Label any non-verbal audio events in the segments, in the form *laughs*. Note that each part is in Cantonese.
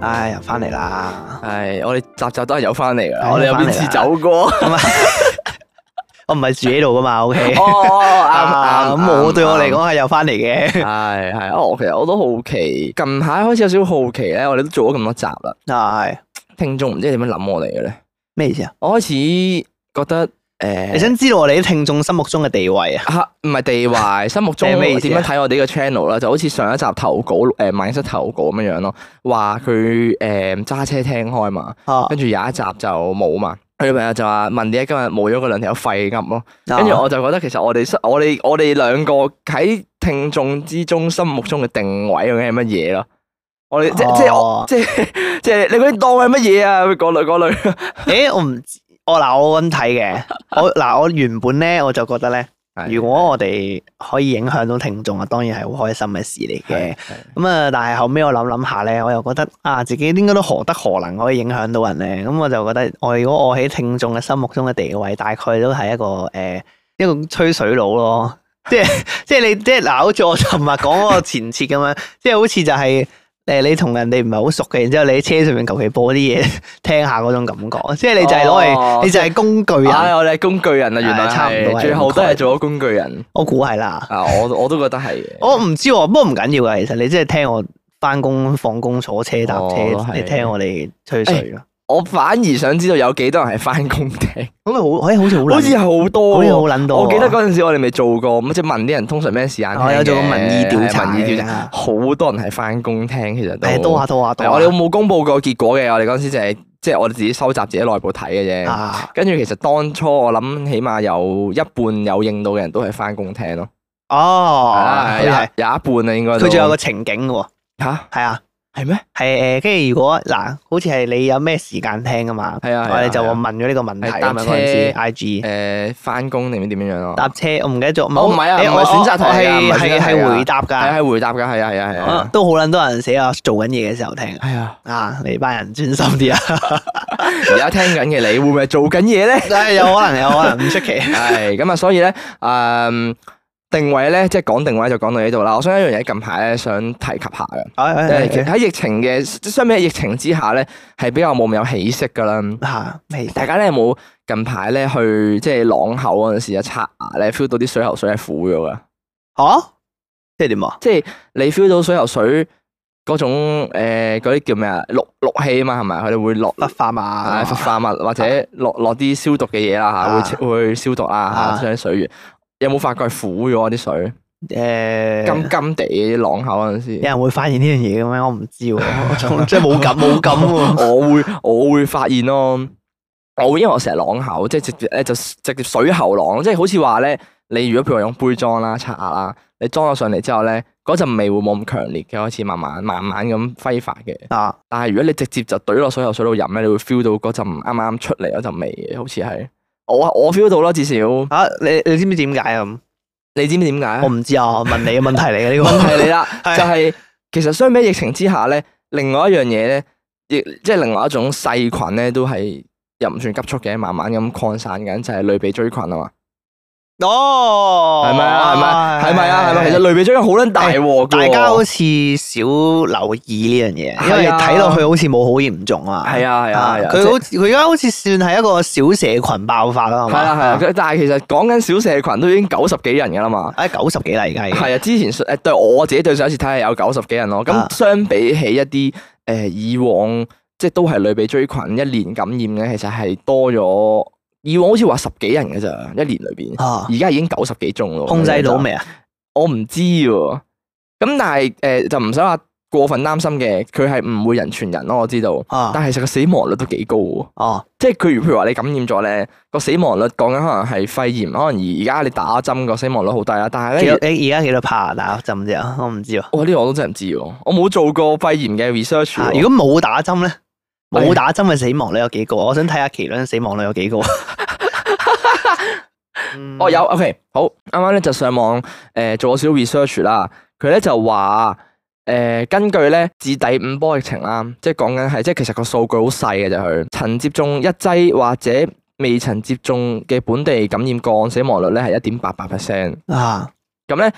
唉，又哎翻嚟啦。係我哋集集都係有翻嚟係噶，我哋有邊次走過？哦，咁啊 *laughs* 我唔係住喺度噶嘛，OK。啊啱啱咁我對我嚟，講係又翻嚟嘅。 *laughs* 係係，哦，其實我都好奇，近排開始有少少好奇咧，我哋都做咗咁多集啦，啊，係聽眾唔知點樣諗我哋嘅咧？咩意思啊？我開始覺得誒，你想知道我哋啲聽眾心目中嘅地位啊？嚇唔係地位，心目中係咩點意思啊樣睇我哋嘅 channel 啦？就好似上一集投稿誒，萬應室投稿咁樣樣咯，話佢誒揸車聽開嘛，啊，跟住有一集就冇嘛。佢女朋友就話問點解今日冇咗嗰兩條廢噏咯，跟跟住住我我就覺得其實我哋我哋我哋兩個喺聽眾之中心目中嘅定位究竟係乜嘢咯？我哋即即我哦即即係 *laughs* 你嗰啲當係乜嘢啊？嗰類嗰類誒，我唔知我嗱，我咁睇嘅。我嗱，我原本咧我就覺得咧，如果我哋可以影響到聽眾啊，當然係好開心嘅事嚟嘅。咁啊，但係後尾我諗諗下咧，我又覺得啊，自己應該都何德何能可以影響到人咧？咁我就覺得，我如果我喺聽眾嘅心目中嘅地位，大概都係一個誒、呃一個吹水佬咯。 *laughs* 即係即係你即係嗱，好似我尋日講嗰個前設咁樣，即係好似就係、誒你同人哋唔係好熟嘅，然之後你喺車上面求其播啲嘢聽下嗰種感覺，即係你就係攞哦嚟，你就係工具唉人，我哋係工具人啊，原來係差唔係多係最後都咁概係做咗工具人我估係啦。 *laughs* 啊！我我都覺得係嘅。我唔知喎，不過唔緊要噶。其實你即係聽我翻工、放工、坐車、搭哦車，係你聽我哋吹水咯。我反而想知道有幾多人係翻工聽，咁咪好，哎，好似好撚，好似係好多好似喎好。撚多喎。啊我記得嗰陣時我哋咪做過，咁即係問啲人通常咩時間聽嘅我有做過啊民意調查嘅係民意調查好多人係翻工聽，其實都係啊多下多下多係下。啊我哋冇公佈過結果嘅，我哋嗰陣時就係即係我哋自己收集自己內部睇嘅啫。啊跟住其實當初我諗起碼有一半有應到嘅人都係翻工聽咯，哦，係佢有有一係半啊應該都。佢仲有個情景嘅喎，嚇係啊，係咩？係誒，跟住如果嗱，好似係你有咩時間聽㗎嘛，係啊，我係啊哋就係話啊問咗呢個問題係咁樣搭車嗰陣時，I G 誒翻工定唔知點樣樣咯。搭車，我唔記得咗，哦唔係啊誒唔係我選擇題我啊唔係係選係係回擇題啊答係㗎，係回答㗎，係啊係啊係啊。都好撚多人寫啊，做緊嘢嘅時候聽係啊，啊，你班人專心啲啊。 *laughs* *laughs* 而家聽緊嘅你會唔會係做緊 *laughs* 嘢咧？唉，哎有可能，有可能，唔 *laughs* 出奇。係咁啊，所以咧，誒定位咧，即係講定位就講到呢度啦。我想一樣嘢，近排咧想提及下嘅，即係其實唉，呃喺疫情嘅相比喺疫情之下咧，係比較冇咁有起色噶啦。吓啊未大家咧有冇近排咧去即係朗口嗰陣時啊，刷牙咧 feel 到啲水喉水係苦咗噶？吓，哦即係點啊？即係你 feel 到水喉水嗰種誒嗰啲叫咩啊？氯氯氣啊嘛，係咪？佢哋會落。不化啊，嘛？氟化物或者落落啲消毒嘅嘢啦嚇，啊會會消毒啦啊嚇，將啲水源有冇發覺係苦咗啊啲水？誒，金金地朗口嗰陣有時，人會發現呢樣嘢嘅咩？我唔知喎， *laughs* 我 *laughs* 從即係冇咁冇咁喎。我會我會發現咯，我會因為我成日朗口，即係直接咧就直接水喉朗，即係好似話咧，你如果譬如話用杯裝啦、刷牙啦，你裝咗上嚟之後咧，嗰陣味會冇咁強烈嘅，開始慢慢慢慢咁揮發嘅。啊，但係如果你直接就懟落水喉水度飲咧，你會 feel 到嗰陣啱啱出嚟嗰陣味嘅，好似係我我 feel 到咯，至少吓啊你你知唔知點解啊咁？你知唔知點解啊？我唔知啊，我問你嘅問題嚟嘅呢個。問題你啦， *laughs* 係就係其實相比疫情之下咧，另外一樣嘢咧，亦即係另外一種細菌咧，都係又唔算急速嘅，慢慢咁擴散緊，就係類鼻疽菌啊嘛， *laughs* 哦，係咪啊？係咪？係咪啊？係咪？其實類鼻疽菌好撚大鑊㗎大喎家好似少留意呢樣嘢，因為係啊睇落去好似冇好嚴重啊。係啊係啊係啊，佢即係好似佢而家好似算係一個小社群爆發啦，係係嘛？啊係啊，佢但係其實講緊小社群都已經九十幾人㗎啦嘛。啊，九十幾啦而家已經。係啊，之前誒對我自己對上一次睇係有九十幾人咯。啊咁相比起一啲誒、呃以往即係都係類鼻疽菌一年感染嘅，其實係多咗。以往好似話十幾人嘅咋，一年裏邊，啊，而家已經九十幾宗咯。控制到未啊？我唔知喎。咁但係誒、呃就唔想話過分擔心嘅，佢係唔會人傳人咯。我知道，啊，但係其實個死亡率都幾高喎。哦，即係佢如譬如話你感染咗咧，個死亡率講緊可能係肺炎，可能而而家你打針個死亡率好低啦。但係幾咧多，你而家幾多怕打針啫？我唔知啊喎。哦我呢個我都真係唔知喎，我冇做過肺炎嘅 research 啊喎。如果冇打針咧，哎冇打針嘅死亡率有幾高？我想睇下麒麟死亡率有幾高。啊 *laughs* 嗯哦有，OK，好，啱啱咧就上網誒、呃做咗少少 research 啦，佢咧就話誒、呃根據咧自第五波疫情啦，即係講緊係即係其實個數據好細嘅就佢，曾接種一劑或者未曾接種嘅本地感染個案死亡率咧係一點八八 percent，啊，咁咧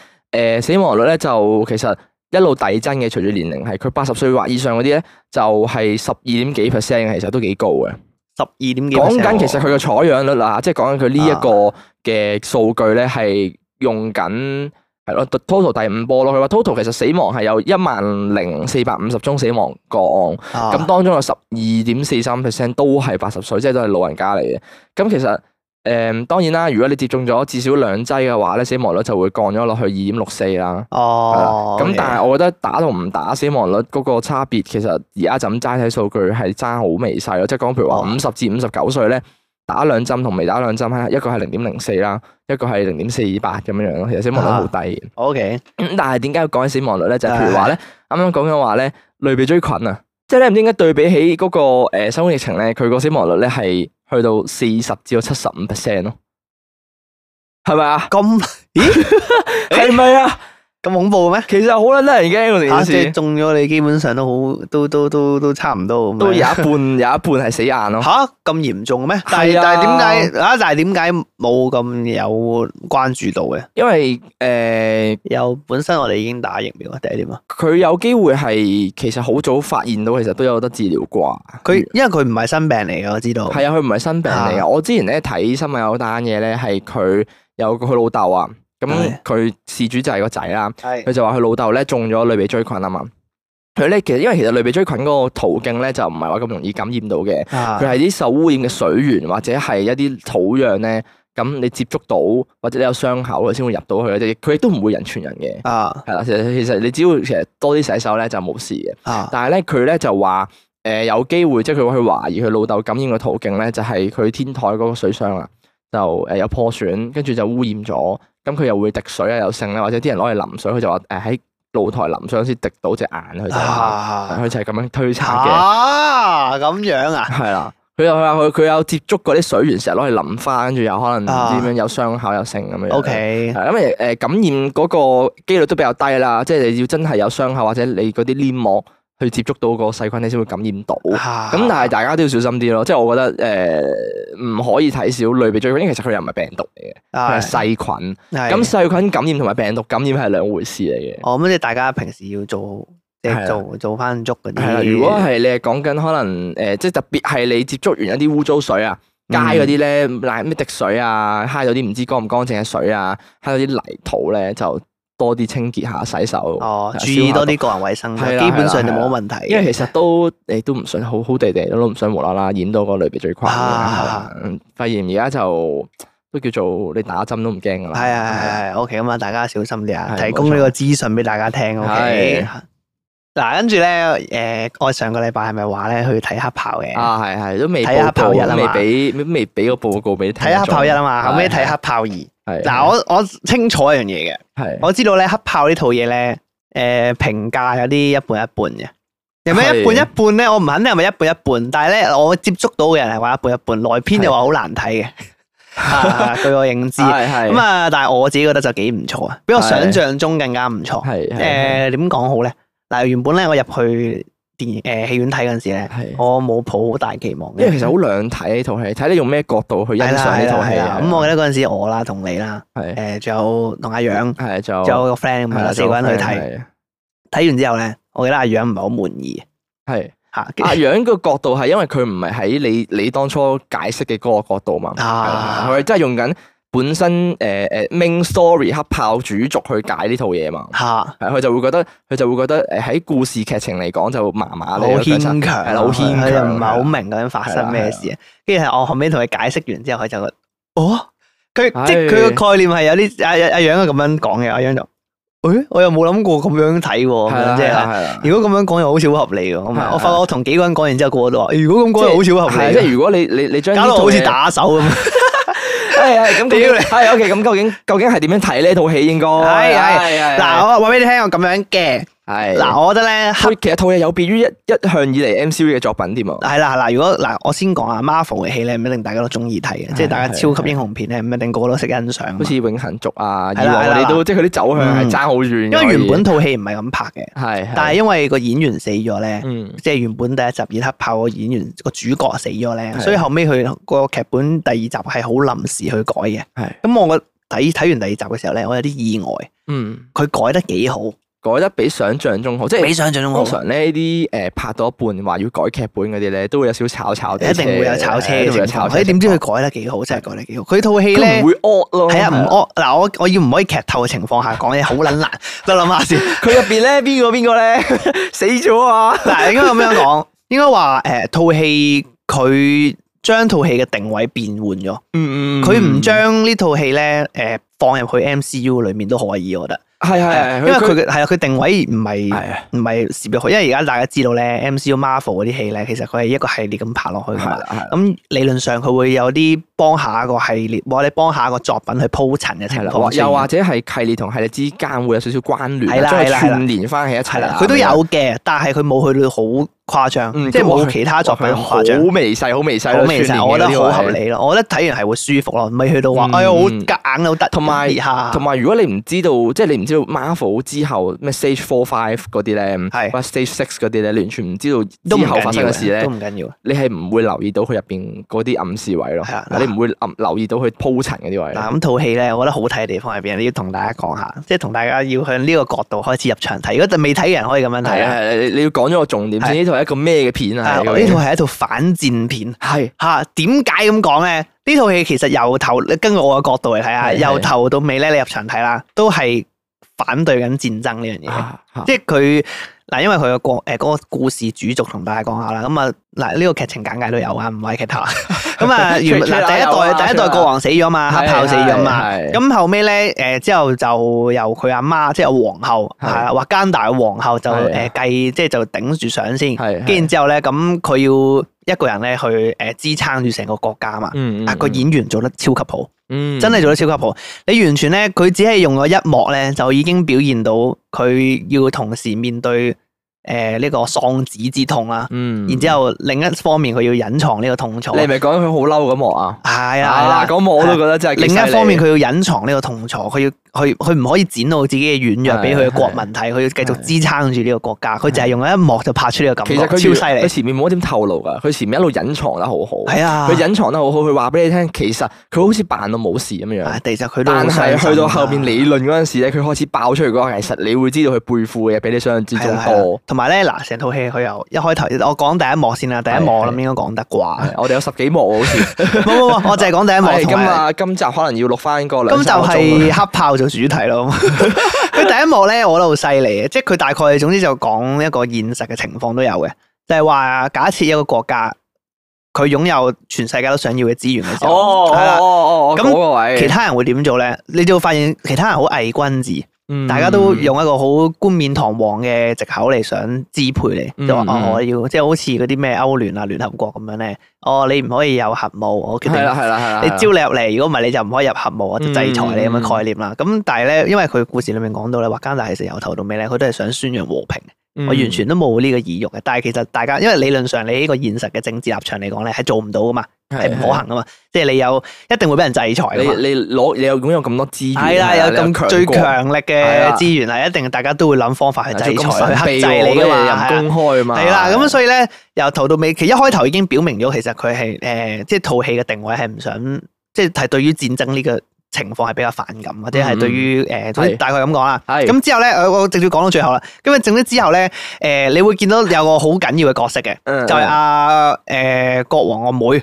誒死亡率咧就其實。一路遞增嘅，隨住年齡係佢八十歲或以上嗰啲咧，就係十二點幾 percent 嘅，其實都幾高嘅。十二點幾 percent 講喎。緊其實佢嘅採樣率啦，即係講緊佢呢一個嘅數據咧係用緊係咯，total 第五波咯。佢話 total 其實死亡係有一萬零四百五十宗死亡個案，啊咁當中有十二點四三 percent 都係八十歲，即係都係老人家嚟嘅。咁其實誒、當然啦，如果你接種咗至少兩劑嘅話咧，死亡率就會降咗落去二點六四啦。係啦哦，咁但係我覺得打同唔打死亡率嗰個差別，其實而家就咁齋睇數據係爭好微細咯。即係講譬如話哦五十至五十九歲咧，打兩針同未打兩針係一個係零點零四啦，一個係零點四八咁樣樣咯。其實死亡率好低嘅。 O K，咁但係點解要講起死亡率咧？就係譬如話咧，啱啱講緊話咧，類鼻疽菌啊，即係咧唔知點解對比起嗰個誒新冠疫情咧，佢個死亡率咧係去到四十至到七十五 percent 咯，係咪啊？咁係咪啊？咁恐怖嘅咩？其實好撚得人驚喎嚇呢件即事係。中咗你，基本上都好，都都都都差唔多咁樣。都有一 *laughs* 半有一半係死硬咯。吓咁嚴重嘅咩？但係係啊但係點解啊？但係點解冇咁有關注到嘅？因為誒又本身我哋已經打疫苗啊，定係點啊？佢、有機會係其實好早發現到，其實都有得治療啩。嗯佢因為佢唔係新病嚟嘅，我知道。係啊，佢唔係新病嚟啊嘅。我之前咧睇新聞有單嘢咧，係佢有個佢老豆啊，咁係佢事主就係個仔啦，係佢就話佢老豆咧中咗類鼻疽菌啊嘛。佢咧其實因為其實類鼻疽菌嗰個途徑咧就唔係話咁容易感染到嘅，啊佢係啲受污染嘅水源或者係一啲土壤咧，咁你接觸到或者你有傷口佢先會入到去嘅啫。佢亦都唔會人傳人嘅。啊係啦，其實其實你只要其實多啲洗手咧就冇事嘅。啊但係咧佢咧就話誒、呃有機會，即係佢話佢懷疑佢老豆感染嘅途徑咧，就係佢天台嗰個水箱啦，就誒、呃有破損，跟住就污染咗，咁佢又會滴水啊，又剩咧，或者啲人攞嚟淋水，佢就話誒喺露台淋水先滴到隻眼，佢就話啊佢就係咁樣推測嘅，啊咁樣啊！係啦。佢又話佢佢有接觸嗰啲水源，成日攞嚟淋花，跟住又可能唔知點樣有傷口又剩咁樣。 O K，係因啊為誒感染嗰個機率都比較低啦，即係你要真係有傷口或者你嗰啲黏膜去接觸到個細菌，你先會感染到。咁咁但係大家都要小心啲咯，即係我覺得呃誒唔、可以睇少類鼻疽菌，因為其實佢又唔係病毒嚟嘅，啊佢係細菌。咁咁細菌感染同埋病毒感染係兩回事嚟嘅。哦咁即係大家平時要做即係係啦做做翻足嗰啲。係啦，啊如果係你係講緊可能誒、呃即係特別係你接觸完一啲污糟水啊。嗯街嗰啲咧，瀨咩滴水啊，揩到啲唔知乾唔乾淨嘅水啊，揩到啲泥土咧，就多啲清潔下洗手。哦係啊，注意多消啲個人衞生，係啦基本上就係啦冇問題嘅。因為其實都你都唔想好好地地都唔想無啦啦染到個類鼻疽菌嘅係啦啊嗯肺炎而家就都叫做你打針都唔驚噶啦。係啊係啊係啊，OK，咁啊，大家小心啲啊，係提供呢個資訊俾大家聽，OK 係。嗱，跟住咧，誒，我上個禮拜係咪話咧去睇黑豹嘅？啊係係都未睇下報告炮日啊未嘛俾未未俾個報告俾睇黑豹一啊嘛，後尾睇黑豹二。係嗱，我我清楚一樣嘢嘅，係我知道咧黑豹呢套嘢咧，誒，評價有啲一半一半嘅。有咩係一半一半咧？我唔肯定係咪一半一半，但係咧我接觸到嘅人係話一半一半，內篇就話好難睇嘅。 *laughs* 啊，據我認知，係係咁啊，但係我自己覺得就幾唔錯啊，比我想象中更加唔錯。係係誒點講好咧？嗱，原本咧我入去電誒戲院睇嗰陣時咧，係，我冇抱好大期望嘅，因為其實好兩睇呢套戲，睇你用咩角度去欣係啦賞呢套戲係啦係啦啊。咁我記得嗰陣時我啦，同你啦，係誒仲有同阿楊，係就仲有個 friend 咁係啦，啦四個人去睇。係睇完之後咧，我記得阿楊唔係好滿意係嚇。阿楊個角度係因為佢唔係喺你你當初解釋嘅嗰個角度嘛。係啦啊佢真係用緊本身誒誒、呃 main story 黑豹主軸去解呢套嘢嘛，嚇，係佢就會覺得佢就會覺得誒喺故事劇情嚟講就麻麻好啊你咯，牽強，係啦，好牽佢又強，唔係好明究竟發生咩事啊。跟住係我後尾同佢解釋完之後，佢就覺得哦，佢即係佢個概念係有啲阿阿阿楊係咁樣講嘅，阿楊就誒我又冇諗過咁樣睇喎，咁係啦樣即係啦係。係啦。如果咁樣講又好似好合理喎，我唔係係啊我發覺我同幾個人講完之後，個個都話：如果咁講又好似好合係理即喎，係如果你你你將呢搞到套好似嘢打手咁。係係咁究竟屌你係 OK 咁究竟究竟係點樣睇呢套戲應該係係係嗱，我話俾你聽，我咁樣嘅。係嗱，我覺得咧，黑佢其實套嘢有別於一一向以嚟 MCU 嘅作品添啊。係啦，嗱，如果嗱，我先講啊，Marvel 嘅戲咧，唔一定大家都中意睇嘅，即係大家超級英雄片咧，唔一定個個都識欣賞好嘛。似永恆族啊，以係啦往係啦你都即係佢啲走向係嗯爭好遠因嘅可以，為原本套戲唔係咁拍嘅，係，但係係因為個演員死咗咧，嗯即係原本第一集演黑豹個演員個主角死咗咧，係所以後尾佢個劇本第二集係好臨時去改嘅。係咁我個睇睇完第二集嘅時候咧，我有啲意外，嗯佢改得幾好，改得比想象中好，即比係想象中好通。常咧呢啲誒拍到一半話要改劇本嗰啲咧，都會有少少炒炒地一定會有炒車嘅一定會情有炒況，車你嘅情況，點知佢改得幾好？真係改得幾好。佢套戲佢咧唔，會惡咯，係啊，唔係惡嗱，我我要唔可以劇透嘅情況下講嘢好撚難， *laughs* 得諗下先。佢入邊咧邊個邊個咧 *laughs* 死咗啊？嗱，應該咁樣講，應該話誒套戲佢將套戲嘅定位變換咗，嗯佢唔將呢套戲咧誒放入去 MCU 裏面都可以，我覺得，係係係，因為佢嘅係啊，佢定位唔係。係啊唔係攝入去，因為而家大家知道咧，MCU Marvel 嗰啲戲咧，其實佢係一個系列咁拍落去係㗎嘛啦。係啦咁理論上佢會有啲幫下一個系列，或者幫下一個作品去鋪陳嘅情係啦，況或出現。又或者係系列同系列之間會有少少關聯，係啦將係啦佢係啦串連翻喺一係齊啦啊，佢都有嘅，但係佢冇去到好誇張，嗯即係咁冇我其他作品咁好誇張。微細，好微細好咯，明串實，連我覺嘅呢得個好合位。理咯。我覺得睇完係會舒服咯，唔係去到話嗯哎呀好夾硬好得，同埋下同埋，如果你唔知道，即係你唔知道 Marvel 之後咩 Stage Four Five 嗰啲咧，係或者 Stage Six 嗰啲咧，完全唔知道都唔之後發緊生要嘅事嘅，咧都，唔緊要。你係唔會留意到佢入邊嗰啲暗示位咯係啊，嗱你唔會暗留意到佢鋪陳嗰啲位。啊嗱咁套戲咧，我覺得好睇嘅地方係邊？你要同大家講下，即係同大家要向呢個角度開始入場睇。如果未睇嘅人可以咁樣係睇啊，啊。係啊你你要講咗個重點先，係呢套係一個咩嘅片啊？啊呢係套究竟係一套反戰片。係啊吓，點解咁講咧？呢套戲其實由頭，你根據我嘅角度嚟睇啊，係係由頭到尾咧，你入場睇啦，都係反對緊戰爭呢樣嘢。啊啊即係佢嗱，因為佢個國誒嗰個故事主軸同大家講下啦。咁啊嗱，呢個劇情簡介都有啊，唔係劇 *laughs* 透啊。咁啊，原 Trailer 嗱 *laughs* 第有一啊代第一代 trailer 國王死咗嘛，啊黑豹死咗嘛。係係咁後尾咧，誒之後就由佢阿媽，即係我皇后，係係啊，或間大嘅皇后就係誒計，即係就頂住上先。係跟住之後咧，咁佢要一個人咧去誒支撐住成個國家嘛。嗯啊，個演員做得超級好，嗯真係做得超級好。你完全咧，佢只係用咗一幕咧，就已經表現到佢要同時面對誒呢個喪子之痛啦。嗯然之後另一方面，佢要隱藏呢個痛楚。你係係咪講佢好嬲嗰幕啊？啊，係啊啦，嗰幕我都覺得真係幾另犀利一方面，佢要隱藏呢個痛楚，佢要佢佢唔可以展露自己嘅軟弱俾佢嘅國民睇，佢要繼續支撐住呢個國家。佢就係用一幕就拍出呢個其感實覺，佢超越犀佢利。前面冇一點透露㗎，佢前面一路隱藏得好好。係啊，佢隱藏得好好，佢話俾你聽，其實佢好似扮到冇事咁啊樣。其實佢都好但係傷心去到後啊面理論嗰陣時咧，佢開始爆出嚟嗰個，其實你會知道佢背負嘅嘢比你想象之中係啊啦係啦多。同埋咧嗱，成套戲佢由一開頭，我講第一幕先啦。第一幕我諗應該講得啩係，我哋有十幾幕 *laughs* 喎好似。冇冇 *laughs* 冇，我就係講第一係幕今同埋。啊今集可能要錄翻個兩咁就三個啊鐘係黑豹做主題咯。 *laughs* 佢第一幕咧，我覺得好犀利嘅，即係佢大概總之就講一個現實嘅情況都有嘅，就係話假設一個國家佢擁有全世界都想要嘅資源嘅時哦候，哦係啦哦哦哦，咁嗰個位其他人會點做咧？你就會發現其他人好偽君子，嗯大家都用一個好冠冕堂皇嘅藉口嚟想支配你，就話嗯嗯哦我要即係好似嗰啲咩歐聯啊、聯合國咁樣咧，哦你唔可以有核武，我決係啊啦定。係啦係啦，你招你入嚟，如果唔係你就唔可以入核武，我就制裁你咁嗯嗯嘅概念啦。咁但係咧，因為佢故事裏面講到咧，華加達其實由頭到尾咧，佢都係想宣揚和平，嗯我完全都冇呢個意欲嘅。但係其實大家因為理論上你呢個現實嘅政治立場嚟講咧，係做唔到噶嘛，係唔可行噶嘛，即係你有一定會俾人制裁噶你嘛。你攞你有擁有咁多資源，啊係啦，啊有你有咁強最國強力係啦嘅資源係一定大家都會諗方法去制裁、係去咁神克秘制你喎噶嗰嘛。啊啲嘢又唔公開嘛，係啦，咁所以咧，由頭到尾，其實一開頭已經表明咗，其實佢係誒，即係套戲嘅定位係唔想，即係係對於戰爭呢個情況係比較反感，或者係對於誒，總之嗯係大概咁講啦。係咁之後咧，我我直接講到最後啦。咁啊，總之之後咧，誒，你會見到有個好緊要嘅角色嘅，嗯就係阿誒國王個妹，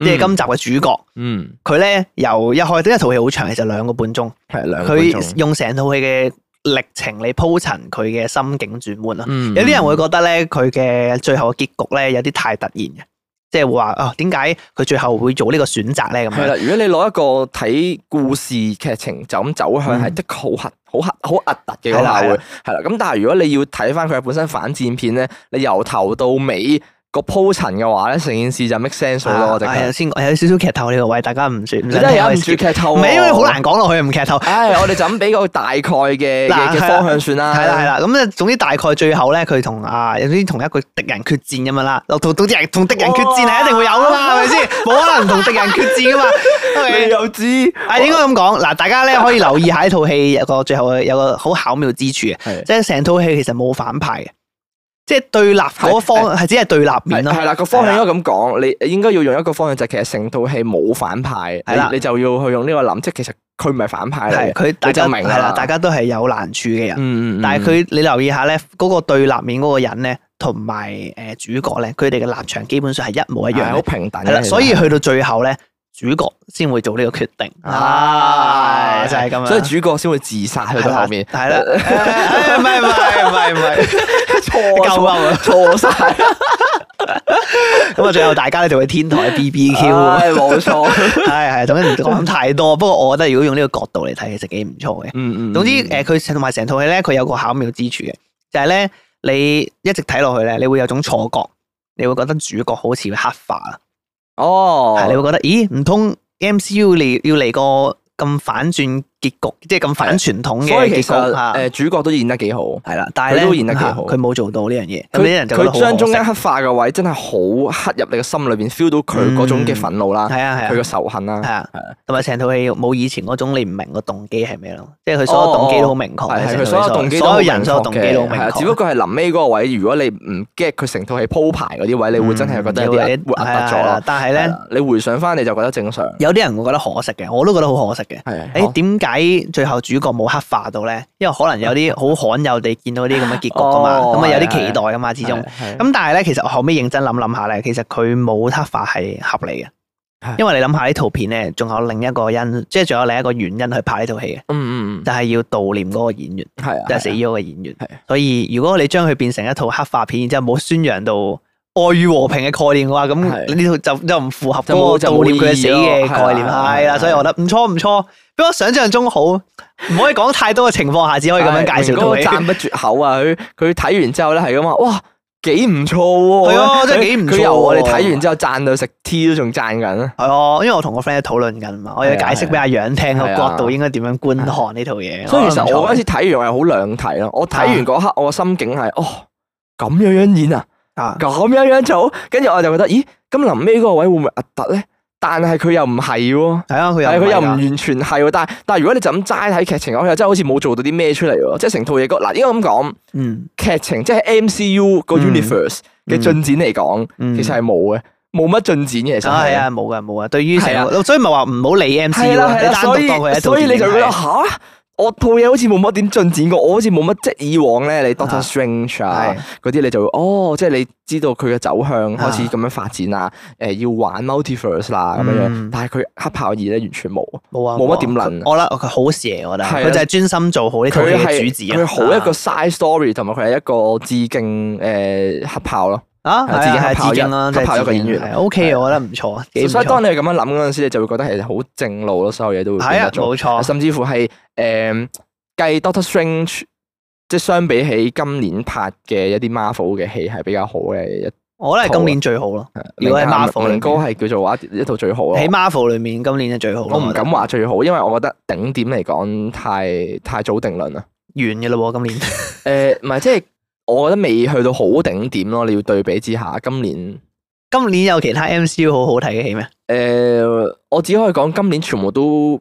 即係今集嘅主角。嗯佢咧由一開，因為套戲好長，其實兩個半鐘。係兩個半鐘佢用成套戲嘅歷程嚟鋪陳佢嘅心境轉換啦。嗯有啲人會覺得咧，佢嘅最後嘅結局咧有啲太突然嘅，即係會話啊，點解佢最後會做呢個選擇咧？咁係樣啊啦，如果你攞一個睇故事劇情就咁走向，係的確好核好核好核突嘅嗰下會嗯係啦係啦。咁但係如果你要睇翻佢本身反戰片咧，你由頭到尾個鋪陳嘅話咧，成件事就 make sense 好多。我啊直頭係啊，先講有少少劇透呢個位，大家唔算唔你想真係聽我忍唔哋住劇透唔喎，係因為好難講落去，唔劇 *laughs* 透。唉，我哋就咁俾個大概嘅嘅嗱嘅係啦方向算啦。係啦係啦，咁咧總之大概最後咧，佢同啊有啲同一個敵人決戰咁樣啦，哦同同啲人同敵人決戰係一定會有噶嘛，係咪先？冇可能唔同敵人決戰 *laughs* 噶嘛。你 OK 又知啊，應該咁講嗱，大家咧可以留意下呢套戲有個最後有個好巧妙之處嘅，係即係成套戲其實冇反派嘅，即係對立嗰方係只係對立面咯係。啦，個方向應該咁講，你應該要用一個方向就係其實成套戲冇反派，係啦你你就要去用呢個諗，即係其實佢唔係反派嚟係嘅。佢大家你就明啦係啦，大家都係有難處嘅人。嗯但係佢你留意下咧，嗰、個對立面嗰個人咧，同埋誒主角咧，佢哋嘅立場基本上係一模一係樣好嘅，平等嘅係啦，所以其實去到最後咧，主角先會做呢個決定啊啊，就係咁樣。所以主角先會自殺去係到啦後 *laughs* 面，係啦，誒唔係唔係唔係唔係，錯夠錯嬲啊！ *laughs* 錯晒咁啊，最後大家咧就會天 *laughs* 台 B B Q，係唉冇錯，係，總之唔講太多。不過我覺得如果用呢個角度嚟睇，其實幾唔錯嘅。 *laughs* 嗯嗯總之誒，佢同埋成套戲咧，佢有個巧妙之處嘅，就係咧，你一直睇落去咧，你會有種錯覺，你會覺得主角好似會黑化啦，哦，係你會覺得，咦，唔通 MCU 嚟要嚟個咁反轉結局，即係咁反傳統所嘅以其結實局啊誒主角都演得幾好，係啦，但係佢咧都演得幾好佢冇做到呢樣嘢，咁啲佢人就覺得好佢將中間可惜黑化嘅位真係好刻入你嘅心裏邊，feel 到佢嗰種嘅憤怒啦，係啊係啊佢嘅仇恨啦係，啊係啊，同埋成套戲冇以前嗰種你唔明個動機係咩咯，即係佢所有哦動機都好明確嘅，係係成佢套戲所有動機都好所明有人所有確動機都好嘅明係啊確，只不過係臨尾嗰個位，如果你唔 get 佢成套戲鋪排嗰啲位，你會真係覺得有啲嗯有會係壓啊突咗係咯啊。但係咧係。啦，你回想翻你就覺得正常。有啲人會覺得可惜嘅，我都覺得好可惜嘅。係啊誒點解最後主角冇黑化到咧？因為可能有啲好罕有地見到啲咁嘅結局噶嘛，哦咁啊有啲係期待噶嘛，始哦終。啊咁但係咧，其實我後尾認真諗諗下咧，其實佢冇黑化係合理嘅係，因為你諗下呢套片咧，仲有另一個因，即係仲有另一個原因去拍呢套戲嘅，嗯嗯嗯，就係要悼念嗰個演員，係啊，即係死咗個演員係。啊所以如果你將佢變成一套黑化片，然之後冇宣揚到愛與和平嘅概念嘅話，咁係呢套就就唔符合就嗰個冇悼念佢嘅死嘅概念就冇意義咯係係啦啦。所以我覺得唔錯唔錯，比我想象中好。唔可以講太多嘅情況下，只可以咁樣介紹到係你。明哥讚不絕口啊！佢佢睇完之後咧係咁話，哇！幾唔錯喎！係啊真係幾唔錯佢由我哋喎睇完之後讚到食 T 都仲讚緊啊！係啊，因為我同我 friend 討論緊嘛，我要解釋俾阿楊聽個係啊角度應該點樣觀看呢套嘢。所以其實我覺得唔嗰陣錯時睇完我係好兩睇咯。我啊睇完嗰刻我個心境係哦咁樣樣演啊！啊，咁樣樣做，跟住我就覺得，咦，咁臨尾嗰個位會唔會核突咧？但係佢又唔係喎，係啊，佢又但係佢又唔係㗎完全係喎。但係但係如果你就咁齋睇劇情，我又真係好似冇做到啲咩出嚟喎。即係成套嘢嗰嗱，應該咁嗯講，劇情即係 MCU 個嗯 universe 嘅進展嚟講，嗯其實係冇嘅，冇乜進展嘅。其實啊係係啊，冇㗎冇㗎。對於成係個，所以咪話唔好理 M C 係 U 啦啦，係你啦，單所獨當佢以一套所以你就電影會覺睇得吓，我套嘢好似冇乜點進展過，我好似冇乜即係以往咧，你 Doctor 啊 Strange 啊係嗰啲，你就會哦，即係你知道佢嘅走向啊開始咁樣發展啦，誒要玩 multiverse 啦咁樣樣嗯，但係佢黑豹二咧完全冇，冇啊，冇乜啊點諗我覺得佢好事嚟，我覺得係啊佢就係專心做好呢套戲佢嘅係主旨啊佢好一個啊 side story，同埋佢係一個致敬誒黑豹咯。啊，自係己啊黑係豹致敬啦，一即係黑豹一個致敬演員係 OK，係啊嘅我覺得唔錯，幾唔所以錯。當你咁樣諗嗰陣時，你就會覺得其實好正路咯，所有嘢都會係變啊，得做冇錯，甚至乎係誒計 Doctor Strange，即係相比起今年拍嘅一啲 Marvel 嘅戲係比較好嘅一。我覺得係今年最好咯。如果係明 Marvel 明哥裏係叫做話一一套最好咯。喺 Marvel 裏面，今年係最好咯。我唔敢話最好，因為我覺得頂點嚟講太太早定論啦。完嘅嘞喎，今年誒，唔係即係我覺得未去到好頂點咯。你要對比之下，今年今年有其他 MCU 好好睇嘅戲咩？誒、我只可以講今年全部都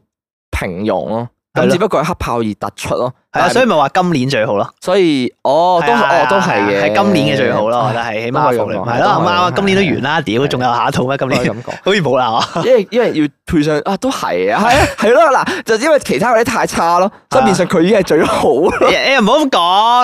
平庸咯。係咁咯只不過係黑豹而突出咯。係啊，所以以咪話今年最好咯。所以哦，都係啊哦都係嘅，係今年嘅最好咯，我覺得係起都可碼以咁服你。講係咯，都可以啱啊咁，講今年都係完啦，屌，係仲有下一套咩？今可以年咁講。好似冇 *laughs* 啦， *laughs* 哦因為因為要配上啊，都係啊，係啊， *laughs* 係咯嗱，就因為其他嗰啲太差咯，所以變相佢已經係最好咯。你你唔好咁講。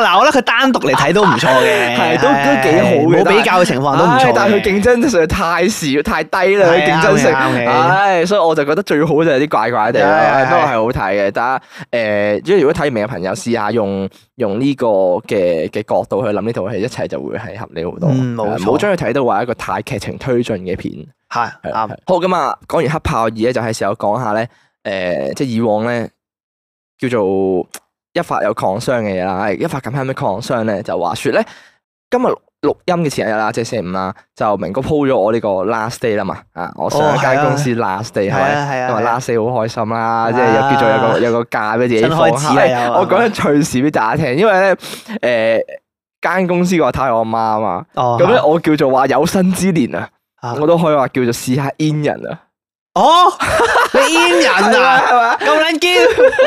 嗱，我哎覺得佢單獨嚟睇都唔錯嘅， *laughs* 係都都幾好冇嘅比較嘅情況都唔唉錯。但係佢競爭實在太少太低啦，佢係啊競爭性，啱嘅啱嘅唉，所以我就覺得最好就有啲怪怪地係係啦，不過係好睇嘅。但係誒，即係如果睇完《明日朋友試下用用呢個嘅嘅角度去諗呢套戲，一切就會係合理好多。嗯冇係啊錯唔好將佢睇到話一個太劇情推進嘅片。係係啱，好咁啊！講完黑豹二咧，就係時候講下咧，诶、即系以往咧叫做一發有抗傷嘅嘢啦。一發咁係咩抗傷咧？就話说咧，今日錄音嘅前一日啦，即系星期五啦，就明哥 po 咗我呢個 last day 啦嘛。啊，我上一係間啊公司 last day 係係咪？啊係因為啊， last day 好開心啦，即係啊又叫做有個有個假俾自己新放開下。始哎啊，我講緊趣事俾大家聽，因為咧，诶、間公司個太我阿媽啊嘛，哦咁咧我叫做話有生之年啊。啊我都可以話叫做試下 in 人啊，哦， *laughs* 你煙人啊！係嘛？咁撚 *laughs* 堅，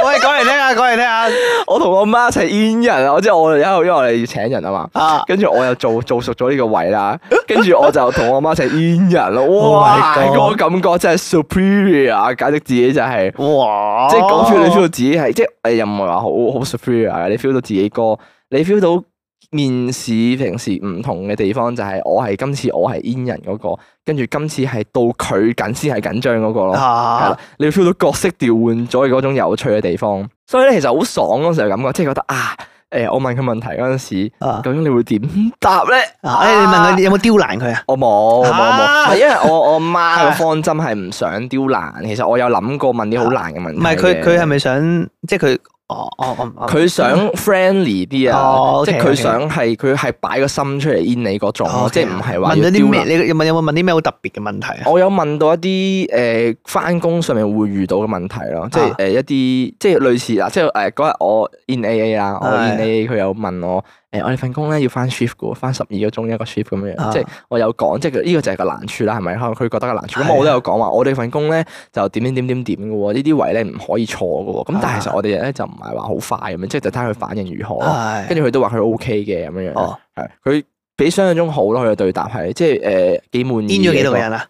我哋講嚟聽下，講嚟聽下我同我媽一齊 in 人啊，我即係我哋因為因為我哋要請人啊嘛，啊！跟住我又做做熟咗呢個位啦，跟住我就同我媽一齊 in 人咯，哇！ Oh my 嗰個 God 感覺真係 superior，啊簡直自己就係、哇！即係講 feel 你 feel 到自己係，即係誒又唔係話好好 superior 啊嘅，你 feel 到自己個，你 feel 到面試平時唔同嘅地方就係我係今次我係 in 人嗰、個，跟住今次係到佢緊先係緊張嗰個咯。係啊啦，你會 feel 到角色調換咗嘅嗰種有趣嘅地方，所以咧其實好爽嗰時候感覺，即係覺得啊，诶、我問佢問題嗰陣時，啊！究竟你會點答咧？啊！誒你問佢有冇刁難佢啊？我冇冇冇，啊係因為我我媽 *laughs* 嘅啊方針係唔想刁難，其實我有諗過問啲好難嘅問題唔係佢佢係咪？咪想即係佢？哦哦哦哦，佢想 *laughs* friendly 啲啊，哦即係佢 OK，OK 想係佢係擺個心出嚟 in 你嗰種咯，哦即係唔係問話要哦咗刁啲難咩？你有冇有冇問啲咩好特別嘅問題啊？我有問到一啲誒翻工上面會遇到嘅問題咯，即係誒、呃啊一啲即係類似嗱，即係誒嗰日我 in AA 啦，我係 in AA 佢有問我誒、呃我哋份工咧要翻 shift 嘅喎，翻十二個鐘一個 shift 咁樣樣，啊即係我有講，即係呢個就係個難處啦，係咪？可能佢覺得個難處，係咁啊我都有講話，我哋份工咧就點點點點點嘅喎，呢啲位咧唔可以錯嘅喎，咁但係其實啊我哋咧就唔係話好快咁樣，即係就睇佢反應如何咯。係哦跟住佢都話佢 O K 嘅咁樣樣，哦係佢比想象中好咯，佢嘅對答係即係誒幾滿意。癲咗幾多個人啊？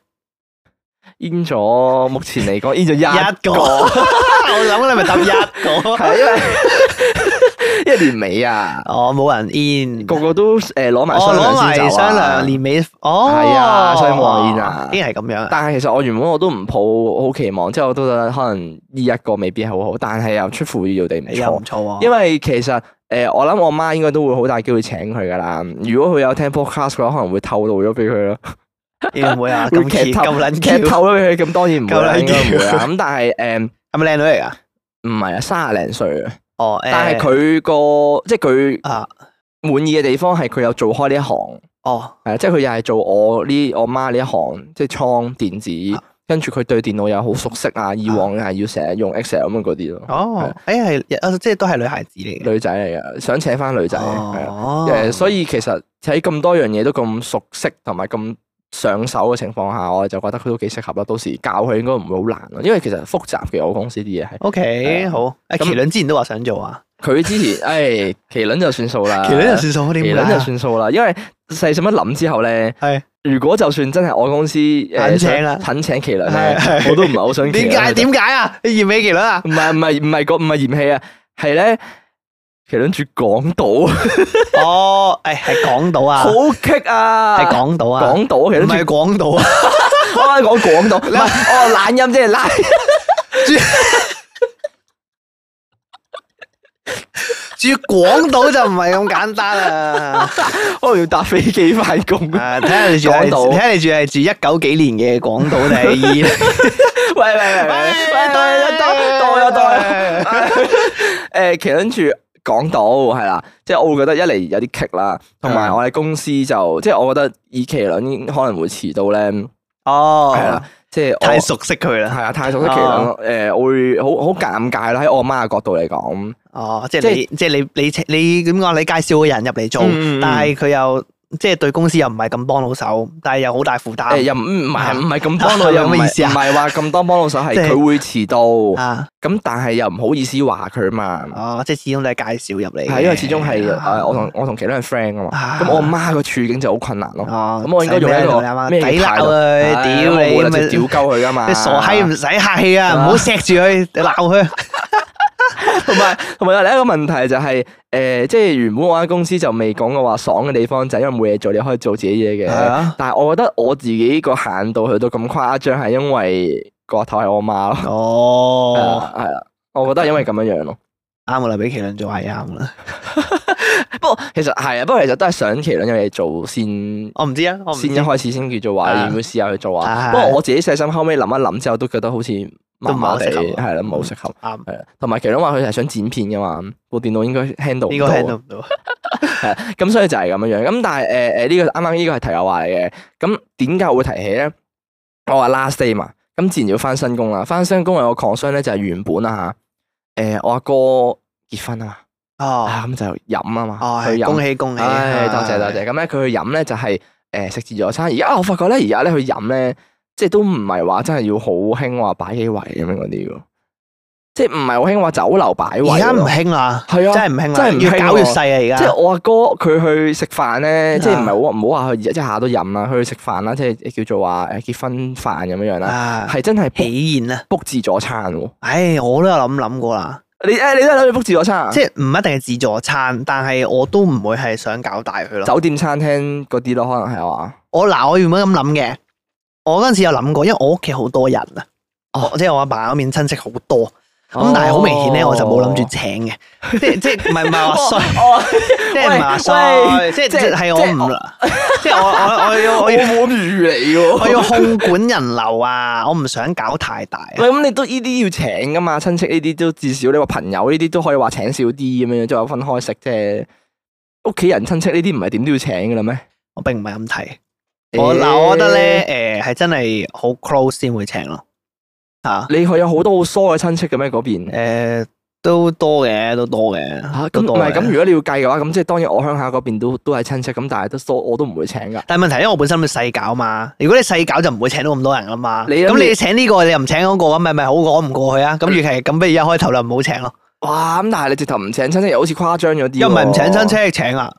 煙咗，目前嚟 *laughs* 講煙咗一一個個， *laughs* 我諗你咪答一個。 *laughs* 係因為因 *laughs* 為年尾啊， *laughs* 哦，冇人 in。個個都誒攞埋哦，雙攞糧先埋走商量啊。年尾哦，係啊所以冇人 in 啊竟然係咁樣啊！但係其實我原本我都唔抱好期望，即係我都覺得可能呢一個未必係好好，但係又出乎意料地唔你又唔錯。錯喎，因為其實誒、呃我諗我媽應該都會好大機會請佢㗎啦。如果佢有聽 podcast 嘅話，可能會透露咗俾佢咯。你會唔會啊？ *laughs* 會咁劇揭透咁撚劇揭，透咗俾佢，咁當然唔會啦，夠撚啊應該唔會啦。叫咁但係誒係咪靚女嚟㗎？唔係啊，三廿零歲啊，哦，誒但係佢個即係佢。啊，滿意嘅地方係佢有做開呢一行，哦，係啊即係佢又係做我呢我媽呢一行，即係倉電子啊，跟住佢對電腦又好熟悉啊，以往係要成日用 Excel 咁樣嗰啲咯，哦，誒係，啊即係都係女孩子嚟嘅，女仔嚟嘅，想請翻女仔，係啊哦誒，所以其實喺咁多樣嘢都咁熟悉同埋咁上手嘅情況下，我就覺得佢都幾適合啦。到時教佢應該唔會好難咯，因為其實複雜嘅我公司啲嘢係， OK 誒好，阿咁麒麟之前都話想做啊，佢之 *laughs* 前誒麒麟就算數啦，麒麟就算數，麒啊點麟就解算數啦，因為細心一諗之後咧，係如果就算真係我公司誒懇請啦肯請麒麟咧係，係我都唔係好想啊？麒麟點解？點解啊？你嫌棄麒麟啊？ *laughs* 唔係唔係唔係個唔係嫌棄啊，係咧麒麟住港島，哦，誒係港島啊， *laughs* 好棘啊！係港島啊，港島麒唔麟係住，港島啊， *laughs* 我啱啱講港島，唔係我話懶音即係懶， *laughs* 住港島就唔係咁簡單啊。可能要搭飛機翻工。啊！睇下你住係港島睇下你住係住一九幾年嘅港島定係喂喂喂喂喂，多一多多一多一。二？ *laughs* 誒麒麟住港島係啦，即係我會覺得一嚟有啲棘啦，同埋嗯我哋公司就即係我覺得以麒麟可能會遲到咧，係哦啦，，即係我太熟悉佢啦。係啊，太熟悉麒麟咯，誒我會好好尷尬啦，喺我媽嘅角度嚟講，哦，即係你即係你你請你點講？你介紹個人入嚟做嗯嗯嗯，但係佢又即係對公司又唔係咁幫到手，但係又好大負誒擔又唔唔係唔係咁幫到，又有 *laughs* 唔咩意思係啊唔係話咁多幫到手，係即係佢會遲到，啊！咁但係又唔好意思話佢嘛。哦，即係始終都係介紹入嚟嘅。係因為始終係誒，啊我同我同麒麟係 friend 啊嘛，啊咁我媽個處境就好困難咯。哦，咁我應該用一個咩抵態鬧度佢，唉屌我冇你力就屌咪鳩佢噶 *laughs* 嘛，你傻 *laughs* 閪唔使客氣啊！唔好錫住佢，你鬧佢。同埋同埋有另一個問題就係、呃即係原本我間公司就未講嘅話爽嘅地方就係因為冇嘢做，你可以做自己嘢嘅。啊。但係我覺得我自己個限度去到咁誇張，係因為個頭係我媽咯。啊哦，係啦，我覺得係因為咁樣樣咯。啱噶啦，俾麒麟做係啱噶啦。不過其實係啊，不過其實都係想麒麟有嘢做先，我唔知啊，我唔知先一開始先叫做話啊要唔要試下去做啊。啊不過我自己細心後尾諗一諗之後，都覺得好似麻麻地，都唔係好適合係啦，冇適合。啱，係啦，同埋麒麟話佢係想剪片噶嘛，部電腦應該 handle 應唔該到 handle 唔到。咁所以就係咁樣樣。咁但係誒誒呢個啱啱呢個係題外話嚟嘅。咁點解我會提起咧？我話 last day 嘛，咁自然要翻新工啦。翻新工有個 concern 咧，就係原本啊嚇，誒我阿哥結婚啊嘛，哦啊咁就飲啊嘛，哦，去係飲。恭喜恭喜，唉，多謝多謝。咁咧，佢去飲咧就係誒食自助餐。而家我發覺咧，而家咧去飲咧，即係都唔係話真係要好興話擺幾圍咁樣嗰啲喎，即係唔係好興話酒樓擺圍。而家唔興啦，係真啊，係唔興啦，真係唔興越搞越喎細啊！而即家係我阿哥佢去食飯咧，即係唔啊係好唔好話去一下都飲啦，去食飯啦，即係叫做話誒結婚飯咁樣樣啦，啊，係真係 book 喜宴啊！ book 自助餐喎。唉，我都有諗諗過啦，你誒你都係諗住 book 自助餐啊？即係唔一定係自助餐，但係我都唔會係想搞大佢咯。酒店餐廳嗰啲咯，可能係話我嗱，我原本咁諗嘅，我嗰陣時有諗過，因為我屋企好多人啊，哦我即係我阿爸嗰邊親戚好多，咁但係好明顯咧，我就冇諗住請 *laughs* 嘅，即係即係唔係唔 *laughs* 係話衰，哦。即係唔係話衰，即係即即係係係我唔， *laughs* 即係我我我要我我 *laughs* 冇要諗住你我喎。要控管人流啊，我唔想搞太大啊。 *laughs* 喂，咁你都呢啲要請噶嘛？親戚呢啲都至少你話朋友呢啲都可以話請少啲咁樣，即係有分開食啫。屋企人親戚呢啲唔係點都要請噶啦咩？我並唔係咁睇，我嗱，我覺得咧，誒係真係好 close 先會請咯，嚇你去有好多好疏嘅親戚嘅咩？嗰邊誒都多嘅，都多嘅嗯嚇，咁都唔多係咁，嘅。如果你要計嘅話，咁即係當然我鄉下嗰邊都都係親戚，咁但係都疏我都唔會請噶。但係問題，因為我本身都細搞嘛，如果你細搞就唔會請到咁多人啦嘛。你嗯咁你請呢個，你又唔請嗰個，咁咪咪好講唔過去啊？咁與其咁，不如一開頭就唔好請咯。哇！咁但係你直頭唔請親戚，又好似誇張咗啲。又唔係唔請親，戚，請啊，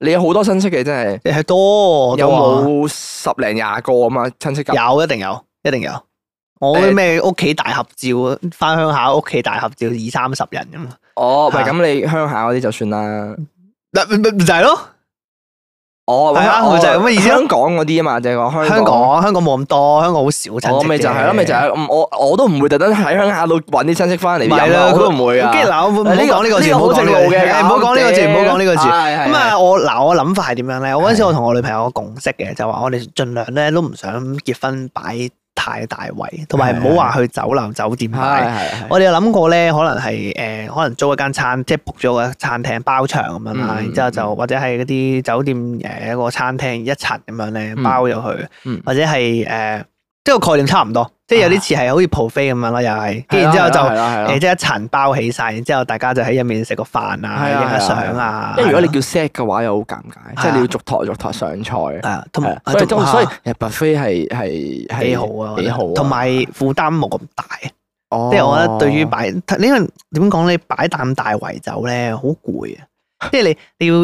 你有好多親戚嘅真係，係多有多啊冇十零廿個啊嘛親戚㗎？有一定有，一定有。我嗰啲咩屋企大合照，翻鄉下屋企大合照二三十人咁，啊哦，唔係嚇咁，你鄉下嗰啲就算啦。嗱咪咪咪就係咯。哦，係啊我就係咁嘅意思咯香港嗰啲啊嘛，就係講香香港。港香港冇咁多，香港好少親我戚哦咪就嘅係咯，咪就係咁我我都唔會特登喺鄉下度揾啲親戚翻嚟唔係飲啦啊，我都唔會啊。跟住嗱，我唔唔好講呢個字，唔好好講正呢路個字，嘅，誒唔好講呢個字，唔好講呢個字。咁咁啊，啊，我嗱我諗法係點樣咧？我嗰陣時我同我女朋友有個共識嘅，就話我哋盡量咧都唔想結婚擺太大位，同埋唔好話去酒樓酒店擺。係係我哋有諗過咧，可能係誒，可能租一間餐，即係 book 咗個餐廳包場咁樣啦，嗯然之後就或者係嗰啲酒店誒一個餐廳一層咁樣咧包咗佢。嗯或者係誒，呃即係個概念差唔多，即係有啲似係好似 buffet 咁樣咯，又係，跟住之後就係啊啦係啦誒，即係一層包起晒，然之後大家就喺入面食個飯啊，係啊影下相啊。因為如果你係叫 set 嘅話，又好尷尬，即係你要逐台逐台上菜。啊啊，同係埋啊所以都所以啊其實 buffet 係係係幾好啊，幾好啊。同埋負擔冇咁大，啊哦即係我覺得對於擺，因為點講咧，擺啖大圍酒咧好攰啊，即係你你要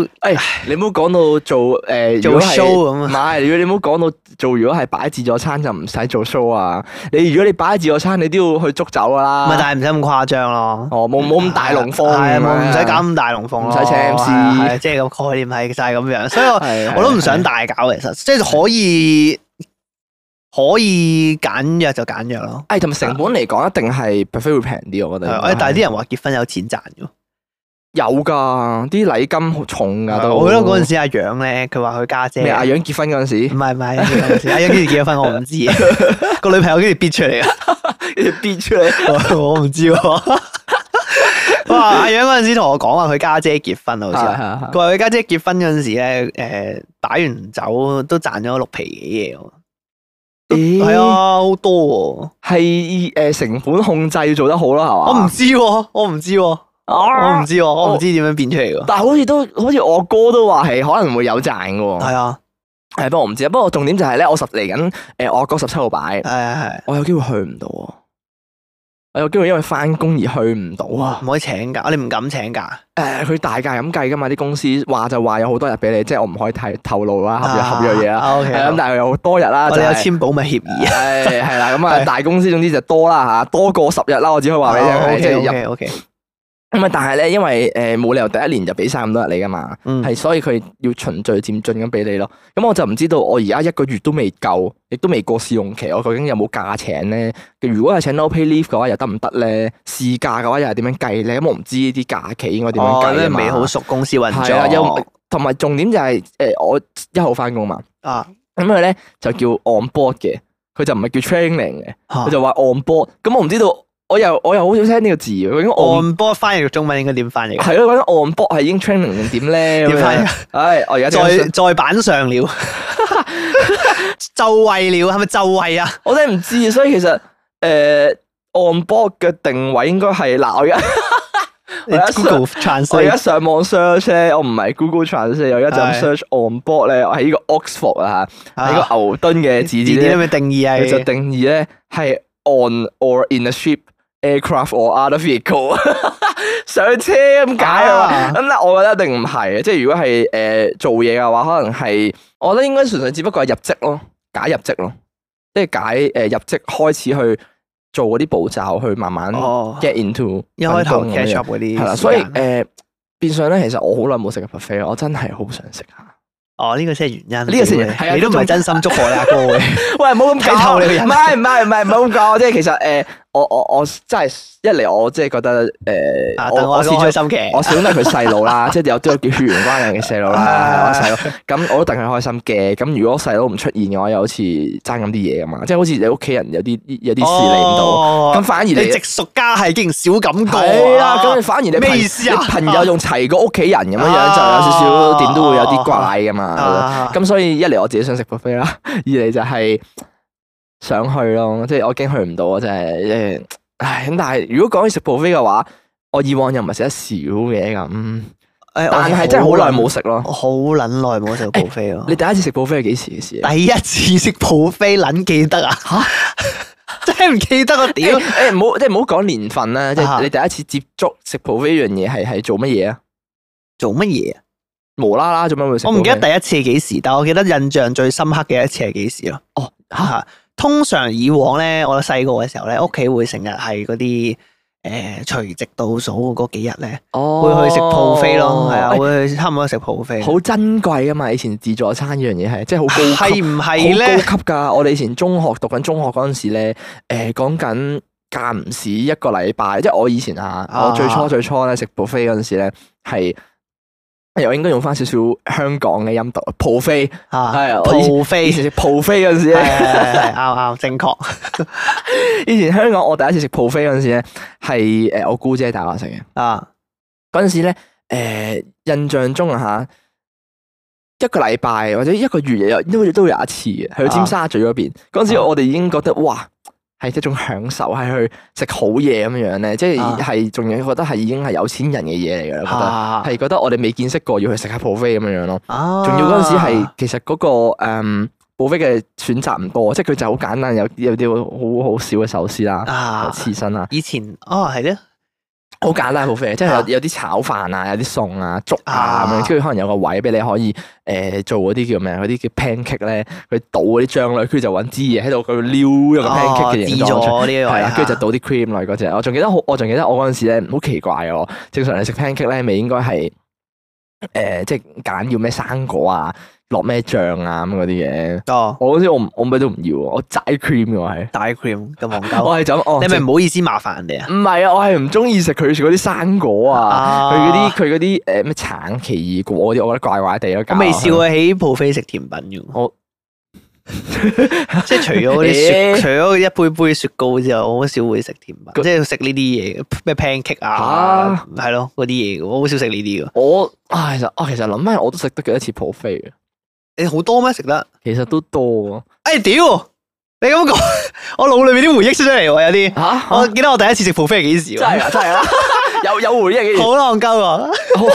你唔好講到做誒做 show 咁唔啊係，如果你唔好講到做，如果係擺自助餐就唔使做 show 啊！你如果你擺自助餐，你都要去捉走噶啦。唔係，但係唔使咁誇張咯。哦，啊冇冇咁大龍鳳，係啊，冇唔使搞咁大龍鳳咯唔使請 MC 係啊係啊即係個概念係就係咁樣，所以我係，啊係我都唔想。大搞，其實即係可以可以簡約就簡約咯。哎誒，同埋成本嚟講，一定係 buffet 會平啲，我覺得。誒，但係啲人話結婚有錢賺嘅喎。有㗎，啲禮金好重㗎都。我記得嗰陣時阿楊咧，佢話佢家姐咩阿楊結婚嗰陣唔時，係唔係阿楊嗰陣時，阿楊幾時結咗婚我唔 *laughs* 知，啊個女朋友幾時逼出嚟啊？跌出嚟。我我唔知 *laughs* 喎。哇！阿楊嗰陣時同我講話佢家姐結婚啊，好似係。佢話佢家姐結婚嗰陣時咧，誒擺完酒都賺咗六皮幾嘢喎，*laughs* 咦係啊，好多喎。係誒成本控制做得好啦，係嘛？我唔知喎，我唔知喎。啊我唔知喎，哦我唔知點樣變出嚟㗎。但係好似都好似我哥都話係可能會有賺嘅喎，係啊，係不過我唔知啊。不過重點就係咧，我十嚟緊誒，我哥十七號擺，係啊我有機會去唔到啊！我有機會因為翻工而去唔到係，啊！唔可以請假，你唔敢請假，誒，佢大價咁計噶嘛，啲公司話就話有好多日俾你，即係我唔可以睇透露啦，合約合約嘢啦，啊，OK，係咁，但係佢有好多日啦，我就哋有係簽保密協議啊。係係啦，咁啊係哦大公司總之就多啦嚇，多過十日啦，我只可以話俾你聽，係即係入 OK，咁啊，但係咧，因為誒冇、理由第一年就俾晒咁多日你噶嘛，嗯係、所以佢要循序漸進咁俾你咯。咁我就唔知道我而家一個月都未夠，亦都未過試用期，我究竟有冇假請咧？如果係請 no pay leave 嘅話，又得唔得咧？試假嘅話又係點樣計咧？咁我唔知呢啲假期應該點樣哦，計咩啊嘛。未好熟公司運係啊，作又同埋重點就係、誒、我一號翻工嘛，啊，咁佢咧就叫 on board 嘅，佢就唔係叫 training 嘅，佢佢就話 on board。咁我唔知道，我又我又好少聽呢個字嘅，究竟 on on board 翻譯中文應該點翻譯啊？係咯，嗰啲 on board 係已經 training 定點咧？點咁翻譯樣啊？唉，我而家真係在在板上 *laughs* 了，就位了，係咪就位啊？我真係唔知，所以其實诶 on board 嘅定位應該係嗱，我 *laughs* 而家你我而家 Google 我而家 Translate 上網 search 咧，我唔係 Google Translate，我而家就咁係 search on board 咧，我喺呢個 Oxford 啊，啊喺個牛頓嘅字字典典有咧，咩定義佢就係？定義咧係 on or in a ship。aircraft or other vehicle *laughs* 上車咁解啊嘛，啊咁但我覺得一定唔係嘅，啊即係如果係诶做嘢嘅話，可能係我覺得應該純粹只不過係入職咯，解入職咯，即係解诶入職開始去做嗰啲步驟，去慢慢哦， get into 一開頭份工咁樣 catch up 嗰啲係啦，時所以間啊诶、呃，变相咧，其實我好耐冇食過 buffet 啦，我真係好想食下。哦，呢個先係原因。呢個先係係啊你都唔係真心祝賀你阿 *laughs* 哥嘅。喂，唔好咁睇講，透唔你個係人唔係唔係唔係唔好咁講，即係其實诶、呃我我我真係一嚟我即係覺得诶、啊，呃但我我我始始終終開心嘅。我始終都係佢細佬 *laughs* 啦，即係有都有叫血緣關係嘅細佬啊啦，係我細佬。咁我都戥佢開心嘅。咁如果細佬唔出現嘅話，又好似爭咁啲嘢噶嘛，即係好似你屋企人有啲有啲事你唔到，咁哦，反而你你直屬家係竟然少感覺係啊，咁你反而你咩朋意思啊你朋友仲齊過屋企人咁樣樣，就有少啊少點都會有啲怪噶嘛。啊咁所以一嚟我自己想食 buffet 啦， *laughs* 二嚟就係想去咯，即係我驚去唔到啊，真係誒唉咁。但係如果講起食 buffet 嘅話，我以往又唔係食得少嘅誒咁，但係真係好耐冇，食咯。啊我好撚耐冇食過 buffet 咯。你第一次食 buffet 係幾時嘅事啊？第一次食 buffet 撚記得啊？嚇， *laughs* 真係唔記得個啊屌！誒唔好即係唔好講年份啦，即啊係你第一次接觸食 buffet 呢樣嘢係係做乜嘢啊？做乜嘢啊？無啦啦做乜會食？我唔記得第一次係幾時，但我記得印象最深刻嘅一次係幾時咯。哦嚇，通常以往咧，我細個嘅時候咧，屋企會成日係嗰啲誒除夕倒數嗰幾日咧，哦會去食 buffet 咯，係啊，誒會去差唔多食 buffet。好珍貴啊噶嘛！以前自助餐呢樣嘢係即係好高級，係唔係好咧？高級噶。我哋以前中學讀緊中學嗰陣時咧，誒講緊間唔時一個禮拜，即係我以前啊，啊我最初最初咧食 buffet 嗰陣時咧係。又應該用翻少少香港嘅音讀，buffet 嚇係啊我以前以 buffet 前食 buffet 嗰陣時係啊 *laughs* 咧，係係啱啱正確。以前香港我第一次食 buffet 嗰陣時咧，係誒我姑姐帶我食嘅。啊嗰陣時咧，誒、印象中啊嚇，一個禮拜或者一個月有都都有一次嘅，去尖沙咀嗰邊。嗰陣、時啊我哋已經覺得哇，係一種享受，係去食好嘢咁樣咧，即啊係係仲要覺得係已經係有錢人嘅嘢嚟㗎啦，啊覺得係覺得我哋未見識過要去食下 buffet 咁樣樣咯。啊！仲要嗰陣時係其實嗰、個誒 buffet 嘅選擇唔多，即係佢就好簡單，有有啲好好少嘅壽司啦、啊，刺身啦。以前哦係咧好簡單 buffet，即係啊有有啲炒飯啊，有啲餸啊，粥啊咁啊樣，跟住可能有個位俾你可以誒做嗰啲叫咩啊？嗰啲叫 pancake 咧，佢倒嗰啲醬落去，佢就揾支嘢喺度，佢撩一個 pancake 嘅形咗狀出嚟。哦呢個係位啦，啊跟住就倒啲 cream 落去嗰只，我仲記得好，我仲記得我嗰陣時咧好奇怪啊我，正常你食 pancake 咧，咪應該係誒即係揀要咩生果啊，落咩醬啊咁嗰啲嘅。哦我嗰時我唔我咩都唔要喎，我齋 cream 嘅我係，大 cream 咁戇 *laughs* 鳩。我係就咁哦，你係即係咪唔好意思麻煩人哋啊？唔係啊，我係唔中意食佢嗰啲生果啊。佢嗰啲啊佢嗰啲誒咩橙奇異果嗰啲，我覺得怪怪地咯。我未試過過喺 buffet 食甜品嘅喎。 *laughs* 我即係除咗 *laughs* 嗰啲雪，咦除咗一杯杯雪糕之外，我好少會食甜品，佢即係食呢啲嘢嘅咩 pancake 啊啊，係咯嗰啲嘢嘅，我好少食呢啲嘅。我啊，其實啊，其實諗翻我都食得幾多次 buffet 嘅，你好多咩食得？其實都多哎屌！你咁講， *laughs* 我腦裏面啲回憶出咗嚟喎，有啲。喎嚇哦我記得我第一次食 buffet 係幾時真喎？係啊，真係啊，啊 *laughs* 有有回憶嘅，好浪鳩 *laughs* 啊！好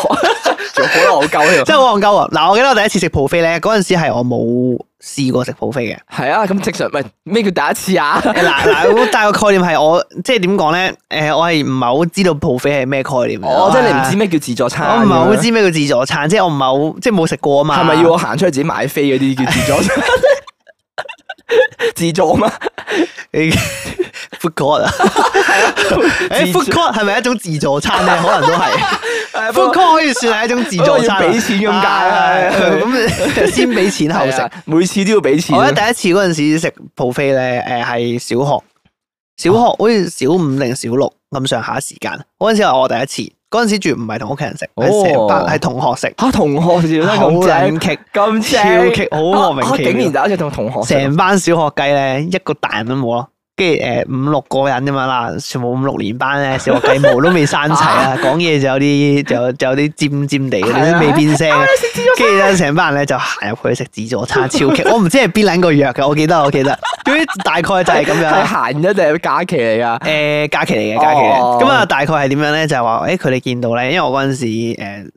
仲好啦，好夠呢真係好戇鳩啊！嗱，我記得我第一次食 buffet 咧，嗰陣時係我冇試過食 buffet 嘅。係啊，咁正常咪咩叫第一次 *laughs* 啊？誒嗱嗱，咁但係個概念係我即係點講咧？誒，我係唔係好知道 buffet 係咩概念嘅？哦，即係你唔知咩？咩叫自助餐，我唔係好，知咩叫自助餐，即係我唔係好即係冇食過啊嘛。係咪要我行出去自己買飛 *laughs* 嗰啲叫自助餐？自助嘛，你 *laughs* food court 啊， *laughs* 誒 food court 係咪一種自助餐咧？可能都係 food court 可以算係一種自助餐啊，不過哦要俾錢咁解啊係咁 *laughs* 你先俾錢後係食啊。每次都要俾錢。我覺得第一次嗰陣時食 buffet 咧，誒係小學，小哦學好似小五定小六咁上下時間。嗰陣時係我第一次，嗰陣時住唔係同屋企人食，係成哦班係同學食，吓同學先得好撚咁正，棘，咁超正，棘，好莫名啊啊其妙竟。然第一次同同學食成班小學雞咧，一個蛋都冇咯。跟住誒五六個人咁樣啦，全部五六年班咧，小學雞毛都未生齊 *laughs* 啊，講嘢就有啲就有就有啲尖尖地嗰係啲啊未變聲嘅啊你食自助跟住咧成班人咧就行入去食自助餐，超激！我唔知係邊撚個約嘅，我記得我記得，總之大概就係咁樣係啦。閒一定係假期嚟㗎？誒、假期嚟嘅假期嚟哦嘅，咁啊、大概係點樣咧？就係話誒佢哋見到咧，因為我嗰陣時誒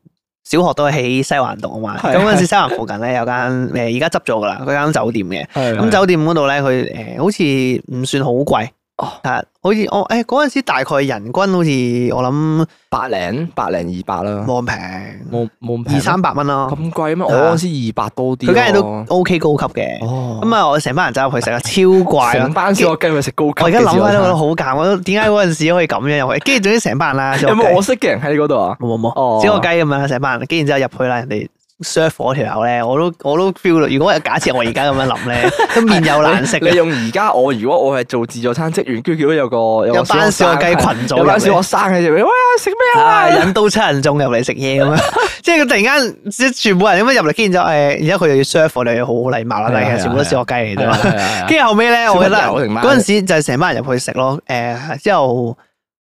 小學都喺西環讀啊嘛，係咁嗰陣時西環附近咧有間誒而家執咗㗎啦，嗰間酒店嘅。咁咁酒店嗰度咧，佢誒好似唔算好貴，哦啊，好似我誒嗰陣時大概人均好似我諗百零百零二百啦，冇咁平，冇冇二三百蚊咯。咁貴咩？我係啊嗰陣時二百多啲佢喎。梗係都 OK 高級嘅，哦，咁啊我成班人走入去食啊，超怪成啦！班小學雞咪食高級我而家諗嘅翻都覺自助得餐好尷尬，點解嗰陣時可以咁樣入去？跟住總之成班人啦，小學有雞冇我識嘅人喺你嗰度啊？冇冇哦冇，小學雞咁樣成班人，跟住之後入去啦，人哋 serve 我條友咧，我都我都 feel 到。如果假設我而家咁樣諗 *laughs* 咧，都面有難色嘅你你用而家我如果我係做自助餐職員，居然都有個有有個班小學雞學生群組有入班嚟小學生喺度，喂食咩啊啊！？引刀七人眾入嚟食嘢咁樣， *laughs* 即係佢突然間即係全部人咁樣入嚟，跟住就誒，然之後佢又要 serve 我哋，好好禮貌啦，係啊啊但係其實全部都小學雞嚟啫嘛。跟跟住後尾咧，小我覺朋友得成班嗰陣時就係成班人入去食咯。誒之後，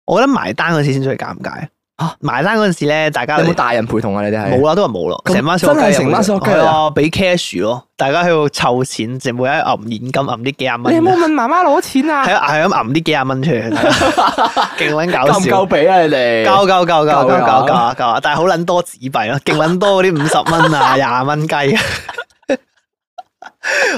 我覺得埋單嗰陣時先最尷尬。啊埋單嗰陣時咧，大家有冇大人陪同啊？你哋係冇啦，都話冇咯，咁成班小學雞入去真係食成班小學雞係啊啊，俾 cash 咯，大家喺度湊錢，就每一揞現金揞啲幾廿你有蚊，冇問媽媽攞錢啊係？啊係咁揞啲幾廿蚊出嚟， *laughs* 勁撚搞夠唔笑。夠俾啊？你哋夠夠夠夠夠夠夠㗎夠啊夠啊！但係好撚多紙幣咯，勁 *laughs* 撚多嗰啲五十蚊啊、 *laughs* 廿蚊雞啊，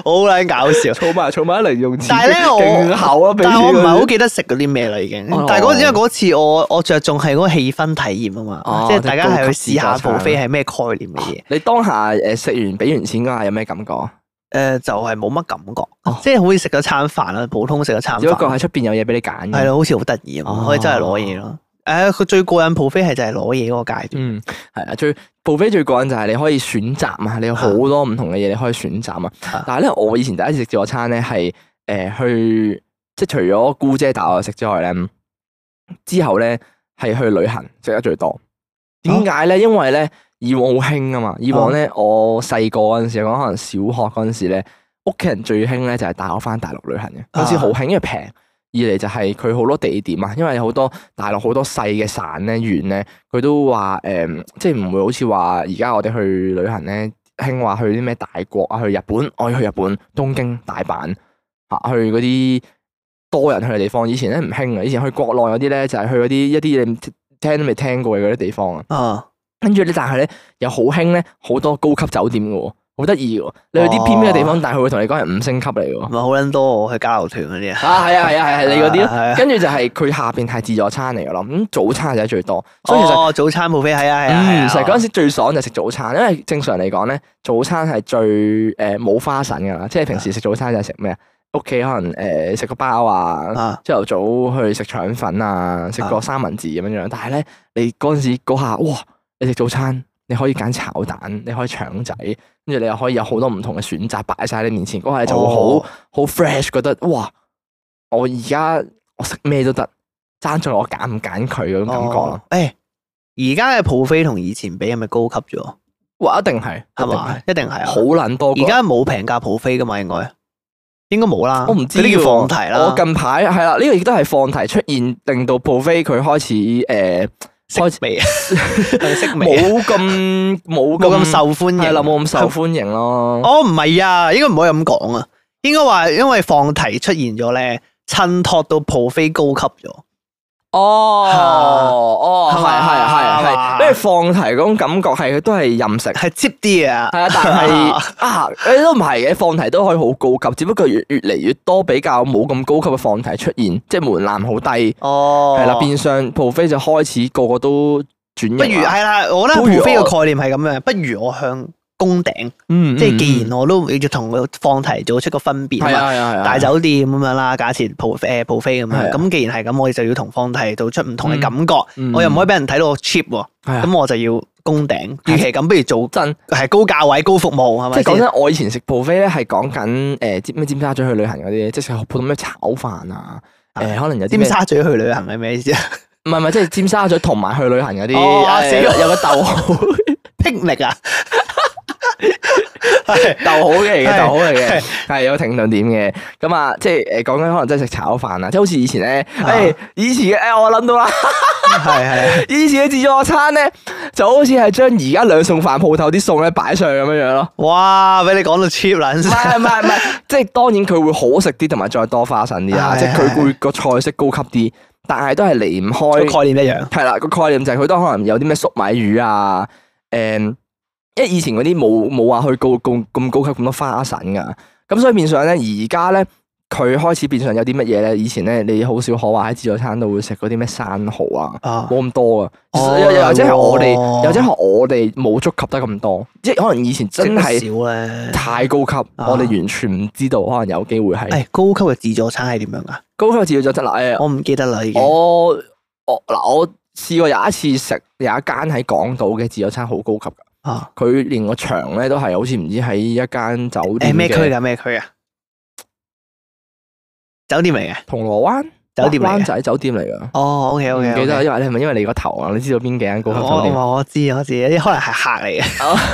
好撚搞 *laughs* 笑。儲埋儲埋啲零用錢，但係咧我勁厚啊！俾但係我唔係好錢記得食嗰啲咩啦，已經哦。但係嗰因為嗰次我我着重係嗰個氣氛體驗啊哦嘛，即係大家係去即試係高級下自助餐 b 飛係咩概念嘅嘢。你當下誒食完俾完錢嗰下有咩感覺？啊誒呃就係冇乜感哦覺，即係好似食咗餐飯啦，普通食咗餐只不過飯。喺出邊有嘢俾你揀嘅。係咯，好似好得意咁，哦可以真係攞嘢咯。誒，佢最過癮 b 飛係就係攞嘢嗰個階段。嗯，係啊，最布菲最過癮就係你可以選擇啊，你有好多唔同嘅嘢你可以選擇啊。啊但係咧，我以前第一次食自助餐咧係誒去，即係除咗姑姐帶我食之外咧，之後咧係去旅行食得最多。點解咧？因為咧以往好興啊嘛，以往咧我細個嗰陣時，講可能小學嗰陣時咧，屋企人最興咧就係帶我翻大陸旅行嘅，嗰陣時好興，因為平。二嚟就係佢好多地點啊，因為好多大陸好多細嘅省咧、縣咧，佢都話誒、即係唔會好似話而家我哋去旅行咧，興話去啲咩大國啊，去日本，我要去日本東京、大阪嚇、啊去嗰啲多人去嘅地方。以前咧唔興嘅，以前去國內嗰啲咧就係、去嗰啲一啲你唔知聽都未聽過嘅嗰啲地方啊。啊，跟住咧，但係咧又好興咧，好多高級酒店嘅喎，好得意嘅喎。你去哦啲偏僻嘅地方，但係佢會同你講係五星級嚟嘅喎。啊咪好撚多我去交流團嗰啲啊。啊，係啊，係啊，係啊，你嗰啲啊嗯係咯啊，跟住就係佢下邊係自助餐嚟嘅咯，咁早餐就係最多，所以其實哦，早餐 buffet 係啊係啊，係嗯，啊其實嗰陣時最爽就係食早餐，因為正常嚟講咧，早餐係最誒冇花神㗎啦，即係平時食早餐就係食咩啊？屋企可能誒食個包啊，啊朝頭早去食腸粉啊，食個三文治咁樣樣。但係咧，你嗰陣時嗰下，哇！你食早餐，你可以揀炒蛋，你可以腸仔，跟住你又可以有好多唔同嘅選擇擺晒喺你面前，嗰下你就會好哦好 fresh，覺得哇！我而家我食咩都得，爭在我揀唔揀佢嗰種感覺哦。咯誒，而家嘅 buffet 同以前比係咪高級咗？哇！一定係，係一定係嘛？一定係啊。好撚多個。而家冇平價 buffet 噶嘛？應該應該冇啦。我唔知嗰啲叫喎放題啦。我近排係啦，呢個亦都係放題出現，令到 buffet 佢開始誒開始 *laughs* 味 *laughs* 色味啊冇 *laughs* 咁啊冇冇咁受歡迎。係啦，冇咁受歡迎咯。哦，唔係啊，應該唔可以咁講啊。應該話因為放題出現咗咧，襯托到 buffet 高級咗。哦哦，係係嘛係係係嘛係，因為放題嗰種感覺係佢都係任食。係 cheap 啲啊係，啊，但 *laughs* 係啊，誒都唔係嘅，放題都可以好高級，只不過越越嚟越多比較冇咁高級嘅放題出現，即係門檻好低，哦，係啦，變啊相 buffet 就開始個個都轉型啦。不如係啦，我覺得不如 buffet 我嘅概念係咁樣，不如我向攻頂，嗯即係既然我都要同佢放題做出個分別啊係嘛。啊係啊係啊，大酒店咁樣啦，假設蒲誒蒲飛咁係啊樣，咁既然係咁，我哋就要同放題做出唔同嘅感覺，嗯我又唔可以俾人睇到我 cheap 喎，係啊咁我就要攻頂。係與其咁，不如做真。係高價位、高服務係即咪係講先？真，我以前食 buffet 咧係講緊誒尖咩尖沙咀去旅行嗰啲，即係食普通咩炒飯啊，誒、可能有啲尖咩沙咀去旅行係咩意思啊 *laughs* 唔係唔係，即係尖沙咀同埋去旅行嗰啲，哦誒死啦有個逗 *laughs* 號？picnic *laughs* 啊，係逗號嘅嚟嘅，係逗號嚟嘅，係有個停頓點嘅。咁啊，即係誒講緊可能真係食炒飯啊，即係好似以前咧，誒、啊以前嘅誒、哎我諗到啦，係係以前嘅自助餐咧就好似係將而家兩餸飯鋪頭啲餸咧擺上去咁樣樣咯。 *laughs* 哇！俾你講到 cheap 撚唔晒，係唔係 *laughs* 唔係，即係當然佢會好食啲，同埋再多花神啲啊！係即係佢會個菜式高級啲，但係都係離唔個開。概念一樣。係啦，個概念就係佢都可能有啲咩粟米魚啊，誒、因為以前嗰啲冇冇話去高咁咁高級咁多花神㗎，咁所以變相咧而家咧。佢開始變相有啲乜嘢咧？以前咧，你好少可話喺自助餐度會食嗰啲咩生蠔啊，啊冇咁多啊。哦又又或者係我哋，哦又或者係我哋冇觸及得咁多，即係可能以前真食係得少咧。太高級，啊哎我哋完全唔知道，可能有機會係誒，高級嘅自助餐係點樣噶？高級自助餐啦。誒，我唔記得啦，已經。我我嗱，我試過有一次食有一間喺港島嘅自助餐好高級㗎，啊，佢連個場咧都係好似唔知喺一間酒誒店咩區嘅㗎？咩區啊？酒店嚟嘅。銅鑼灣酒店嚟嘅灣仔酒店嚟㗎。哦，OK 唔 OK。記得啦，因為你係咪因為你個頭啊？你知道邊幾間高級酒店？我我我知我知，啲可能係客嚟嘅。哦 *laughs*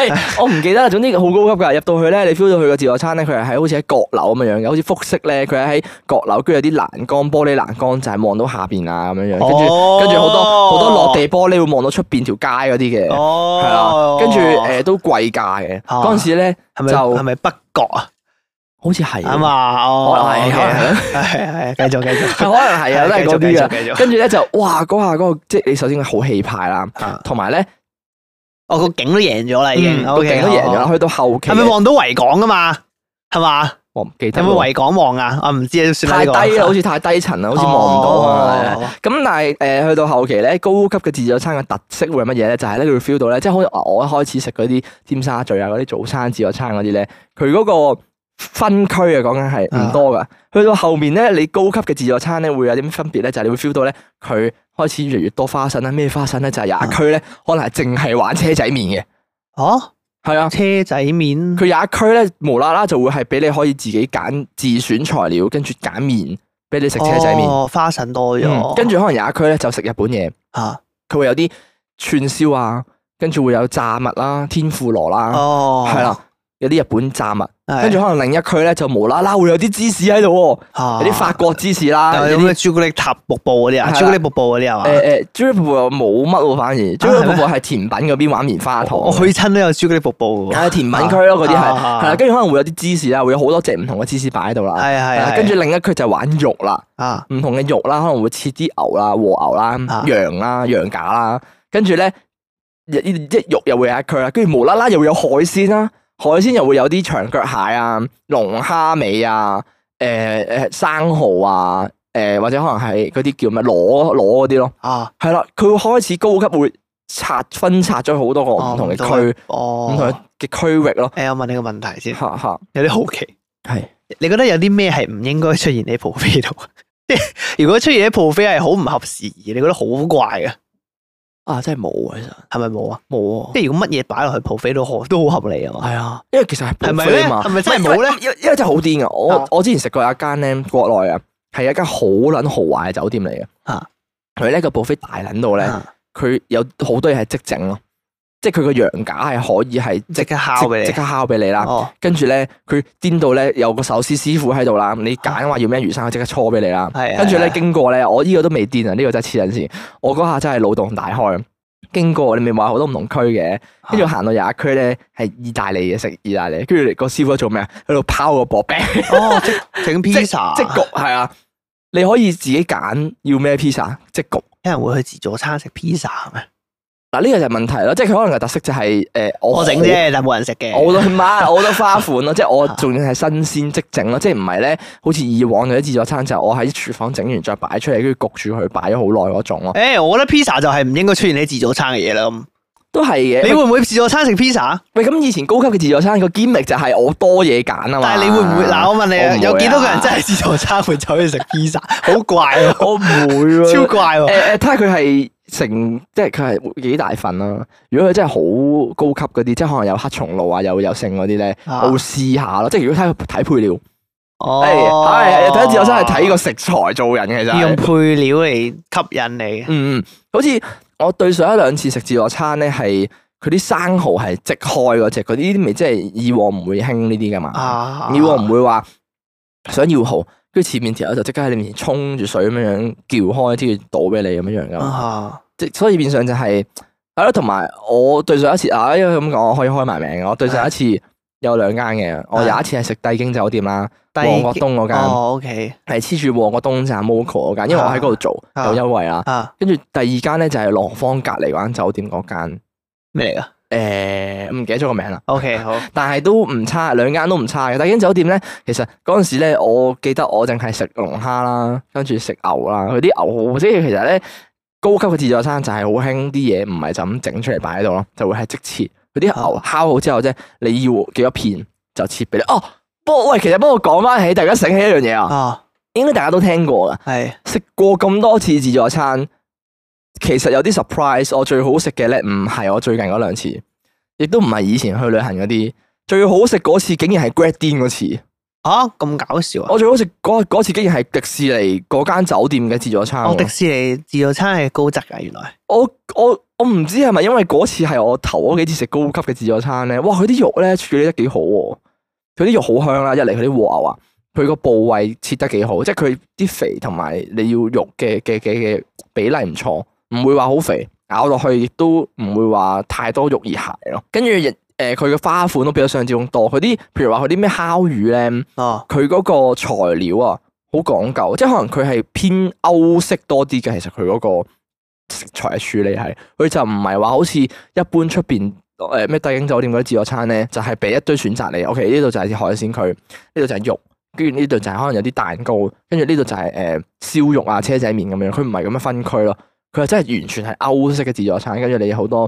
哎誒我唔記得啦。總之好高級㗎，入到去咧，你 feel 到佢個自助餐咧，佢係喺好似喺閣樓咁樣樣嘅，好似複式咧，佢係喺閣樓，跟住有啲欄杆、玻璃欄杆就係望到下邊啊咁樣樣，跟住。跟住好多好多落地玻璃會望到出邊條街嗰啲嘅，係啦哦，，跟住誒都貴價嘅。啊嗰陣時咧係咪就係咪北角啊？好似係啊，嘛，哦，可能係 OK，可能係係係，繼續繼續， *laughs* 可能係啊，都係嗰繼啲續啊。繼續繼續跟住咧就哇嗰下嗰個即係你首先好氣派啦，啊同埋咧我個景都贏咗啦，已經嗯個 OK，景都贏咗好啦。好去到後期係咪望到維港噶嘛？係嘛？我唔記有得冇喎維港望啊？我唔知啊，算啦太呢個低啦，好似太低層啦，好似望唔到啊。哦咁但係誒、呃去到後期咧，高級嘅自助餐嘅特色會係乜嘢咧？就係、咧，你會 feel 到咧，即係好似我一開始食嗰啲尖沙咀啊、嗰啲早餐自助餐嗰啲咧，佢嗰個分區啊，講緊係唔多噶。去到後面咧，你高級嘅自助餐咧會有啲咩分別咧？就係、你會 feel 到咧，佢開始越嚟越多花生啦。咩花生咧？就係、有一區咧，可能係淨係玩車仔麵嘅，哦，係啊。車仔面佢有一區咧，無啦啦就會係俾你可以自己揀自選材料，跟住揀麵俾你食車仔麵。哦花神多嗯咗，跟住可能有一區咧就食日本嘢。啊，佢會有啲串燒啊，跟住會有炸物啦、天婦羅啦，哦，係啦、有啲日本炸物，係，跟住可能另一區咧就無啦啦會有啲芝士喺度啊喎，有啲法國芝士啦，有有啲咩啲朱古力塔瀑布嗰啲係啊，啦朱古力瀑布嗰啲係嘛？誒誒朱古力瀑布又冇乜喎，*laughs* 反而朱古力瀑布係甜品嗰邊玩棉花糖。我哦去親都有朱古力瀑布嘅喎，啊係啊甜品區咯，嗰啲係啊啊係啦，跟住可能會有啲芝士啦，會有好多隻唔同嘅芝士擺喺度啦，係係係啦係跟住另一區就係玩肉啦，啊，唔同嘅肉啦，可能會切啲牛啦、和牛啦啊、羊啦、羊架啦，跟住咧一一一肉又會有一區啦，跟住無啦啦又會有海鮮啦，海鮮又會有啲長腳蟹啊、龍蝦尾啊、誒、誒生蠔啊、誒、或者可能係嗰啲叫咩螺螺嗰啲咯，啊，係啦，佢會開始高級會拆分拆咗好多個唔同嘅區、哦唔同嘅區域咯，誒，我問你個問題先，嚇嚇有啲好奇，係。你覺得有啲咩係唔應該出現喺 buffet 度？ *laughs* 即係如果出現喺 buffet 係好唔合時宜，你覺得好怪嘅，啊，真係冇啊，其實係咪冇啊？冇啊，即係如果乜嘢擺落去 buffet 都好都好合理啊嘛？係啊，因為其實係係咪 buffet 咧？嘛係咪真係冇咧？因為因為真係好癲噶，我啊我之前食過有一間咧國內啊，係一間好撚豪華嘅酒店嚟嘅。啊佢咧個 buffet 大撚到咧，啊佢有好多嘢係即整咯，即係佢個羊架係可以係即刻烤俾即你刻烤俾你啦。 *laughs* 哦，跟住咧，佢顛到咧有個壽司師傅喺度啦，你揀話要咩魚生，佢即刻搓俾你啦。啊係啊跟住係咧啊經過咧，我呢個都未癲啊，呢個真係黐撚線。我嗰下真係腦洞大開。經過你咪話好多唔同區嘅，啊跟住我行到有一區咧係意大利嘅食意大利，跟住個師傅做咩啊？喺度拋個薄餅，哦，即整即 pizza， *laughs* 即焗係啊！你可以自己揀要咩 pizza，即焗。有人會去自助餐食 pizza 咩？嗱呢個就係問題咯，即係佢可能嘅特色就係、誒、我整啫，但冇人食嘅。我都媽，我都花款 *laughs* 咯，即係我仲要係新鮮即整咯，即係唔係咧，好似以往嗰啲自助餐就係我喺廚房整完再擺出嚟，跟住焗住佢擺咗好耐嗰種咯。誒、我覺得 pizza 就係唔應該出現喺自助餐嘅嘢啦。咁都係嘅。你會唔會自助餐食 pizza？喂咁以前高級嘅自助餐個 gimmick 就係我多嘢揀啊嘛。但係你會唔會？嗱，我問你我啊，唔會有幾多個啊人真係自助餐會走去食 pizza？好 *laughs* 怪 *laughs* 喎，我唔會喎。超怪喎！誒誒，睇下佢係成，即係佢係幾大份啦、如果佢真係好高級嗰啲，即係可能有黑松露啊，又有剩嗰啲咧，啊我會試下咯。即係如果睇睇配料，哦係係係睇自助餐係睇個食材做人嘅其實要用係。配料嚟吸引你嘅。嗯嗯，好似我對上一兩次食自助餐咧，係佢啲生蠔係即開嗰只，嗰啲呢啲咪即係以往唔會興呢啲噶嘛。啊！以往唔會話想要蠔，跟住前面條友就即刻喺你面前沖住水咁樣樣撬開，跟住倒俾你咁樣樣噶嘛。啊即所以變相就係係咯，同埋我對上一次啊，因為咁講，我可以開埋名嘅。我對上一次有兩間嘅，我有一次係食帝京酒店啦，啊帝旺角東嗰間哦，OK 係黐住旺角東站 Moco 嗰間，因為我喺嗰度做啊有優惠啦。啊，跟住第二間咧就係羅芳隔離嗰間酒店嗰間，咩嚟噶誒唔記得咗個名啦， ？OK，好， *laughs* 但係都唔差，兩間都唔差嘅。帝京酒店咧，其實嗰陣時咧，我記得我淨係食龍蝦啦，跟住食牛啦，佢啲牛好即係其實咧高級嘅自助餐就係好興啲嘢，唔係就咁整出嚟擺喺度咯，就會係即切。佢啲牛烤好之後啫，你要幾多片就切俾你。哦，不過喂，其實幫我講翻起，大家醒起一樣嘢啊，啊，應該大家都聽過噶。係食過咁多次自助餐，其實有啲 surprise。我最好食嘅咧，唔係我最近嗰兩次，亦都唔係以前去旅行嗰啲。最好食嗰次竟然係 Grad Din 嗰次，啊，咁搞笑啊！我最好食嗰嗰次竟然係迪士尼嗰間酒店嘅自助餐哦，迪喎。士尼自助餐係高質噶，原來我我我唔知係咪因為嗰次係我頭嗰幾次食高級嘅自助餐咧，哇！佢啲肉咧處理得幾好喎，佢啲肉好香啦，一嚟佢啲和牛啊，佢個部位切得幾好，即係佢啲肥同埋你要肉嘅嘅嘅嘅比例唔錯，唔會話好肥，咬落去亦都唔會話太多肉而鞋咯。跟住亦誒佢嘅花款都比我上次仲多，佢啲譬如話佢啲咩烤魚咧，哦，佢嗰個材料啊好講究，即係可能佢係偏歐式多啲嘅。其實佢嗰個食材嘅處理係，佢就唔係話好似一般出邊誒咩帝京酒店嗰啲自助餐咧，就係、俾一堆選擇你。OK，呢度就係海鮮區，呢度就係肉。跟住呢度就係可能有啲蛋糕，跟住呢度就係、誒、燒肉啊、車仔麵咁樣，佢唔係咁樣分區咯，佢係真係完全係歐式嘅自助餐，跟住你有好多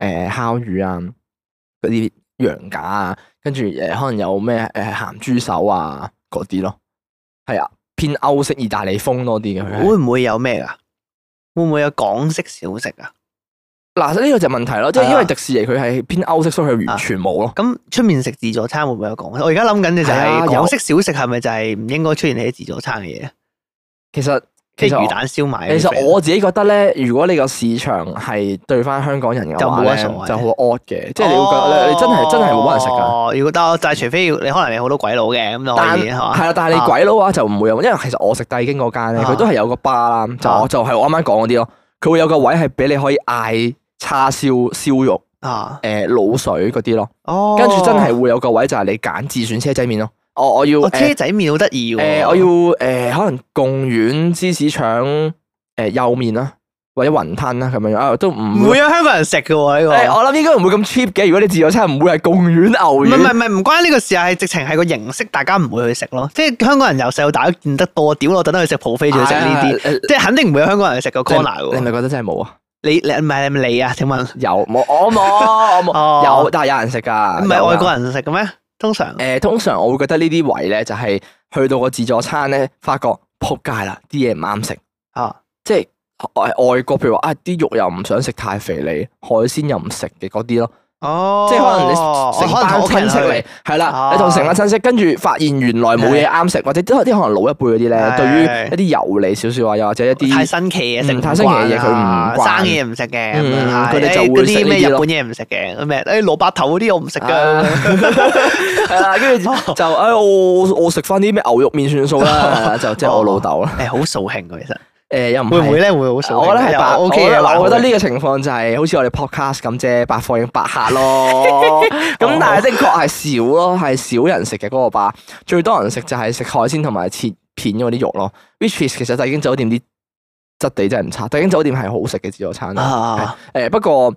誒、烤魚啊、嗰啲羊架啊，跟住誒可能有咩誒鹹豬手啊嗰啲咯，係啊，偏歐式意大利風多啲嘅佢係。會唔會有咩噶？會唔會有港式小食啊？嗱呢個就係問題咯，即係係啊因為迪士尼佢係偏歐式，所以佢完全冇咯。咁出面食自助餐會唔會有港式？我而家諗緊嘅就係啊係有港式小食係咪就係唔應該出現喺自助餐嘅嘢？其實即係其實魚我蛋燒賣嗰啲哦其 friend。實我自己覺得咧，如果你個市場係對翻香港人嘅就話冇乜咧，所謂就好 odd 嘅，即係你會覺得你你真係真係冇乜人食㗎。哦，如果但我就係除非你可能你好多鬼佬嘅咁就可但以係嘛？係啦，但啊係你鬼佬嘅話就唔會有，因為其實我食帝京嗰間咧，啊佢都係有個巴啦，就啊我就係我啱啱講嗰啲咯，佢會有個位係俾你可以嗌叉燒、燒肉、啊，誒滷水嗰啲咯，哦，跟住真係會有個位就係你揀自選車仔麵咯，我我要我誒車仔麵好得意喎，誒呃我要誒可能貢丸芝士腸誒呃幼麵啦，或者雲吞啦咁樣樣啊，都唔唔會有香港人食嘅喎呢個誒，我諗應該唔會咁 cheap 嘅，如果你自助餐唔會係貢唔丸係牛唔丸係。唔係唔關呢個事啊，係直情係個形式，大家唔會去食咯。即係香港人由細到大都見得多，屌我特登去食 buffet 仲要食呢啲，啲即係肯定唔會有香港人去食個 corner 啊你係喎。咪覺得真係冇啊？你你唔係咪你啊？請問有冇？我冇，我冇。 *laughs* 哦有，但係啊有人食噶，唔係外國人食嘅咩？通常人。誒，通常我會覺得呢啲位咧，就係去到個自助餐咧，發覺撲街啦，啲嘢唔啱食，啊即係外外國譬如話啊，啲肉又唔想食太肥膩，海鮮又唔食嘅嗰啲咯，哦，即係可能哦你成可能班同屋企人親戚去嚟，係啦哦，你同成班親戚，跟住發現原來冇嘢啱食，或者都有啲可能老一輩嗰啲係咧，對於一啲油膩少少啊，又或者一啲太新奇嘅食唔慣啊，嗯太新奇嘅嘢佢唔慣生嘅嘢唔食嘅，咁嗯樣佢哋就誒會嗰食啲呢咩啲日咯本嘢唔食嘅，咩誒蘿蔔頭嗰啲我唔食啊㗎，係啦，跟住就 *laughs* 誒我我食翻啲咩牛肉麵算數啦，就即係我老豆啦。誒好掃興㗎其實，誒又唔哦會係唔會咧會好掃興？我覺得係白又 OK 我覺得嘅，我覺得呢呢個情況就係好似我哋 podcast 咁啫，百貨應百客 *laughs* 咯。哦咁但係的確係少咯，係少人食嘅嗰個吧。最多人食就係食海鮮同埋切片嗰啲肉咯。which is 其實帝京酒店啲質地真係唔差，帝京酒店係好食嘅自 *laughs* 助餐。啊誒不過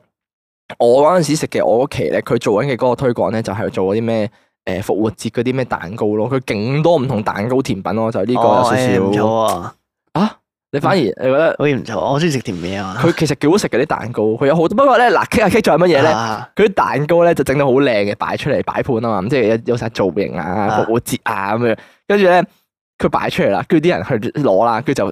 我嗰陣時食嘅我嗰期咧，佢做緊嘅嗰個推廣咧，就係做嗰啲咩誒復活節嗰啲咩蛋糕咯，佢勁多唔同蛋糕甜品咯，就呢個有哦誒唔少錯少喎。啊，你反而你覺得好似唔錯，我中意食甜嘢啊嘛。佢其實幾好食嘅啲蛋糕，佢有好多。不過咧，嗱，K 下 K 仲有乜嘢咧？啊佢啲蛋糕咧就整到好靚嘅，擺出嚟擺盤啊嘛，即係有有晒造型啊、啊復活節啊咁樣。跟住咧，佢擺出嚟啦，跟住啲人去攞啦，跟住就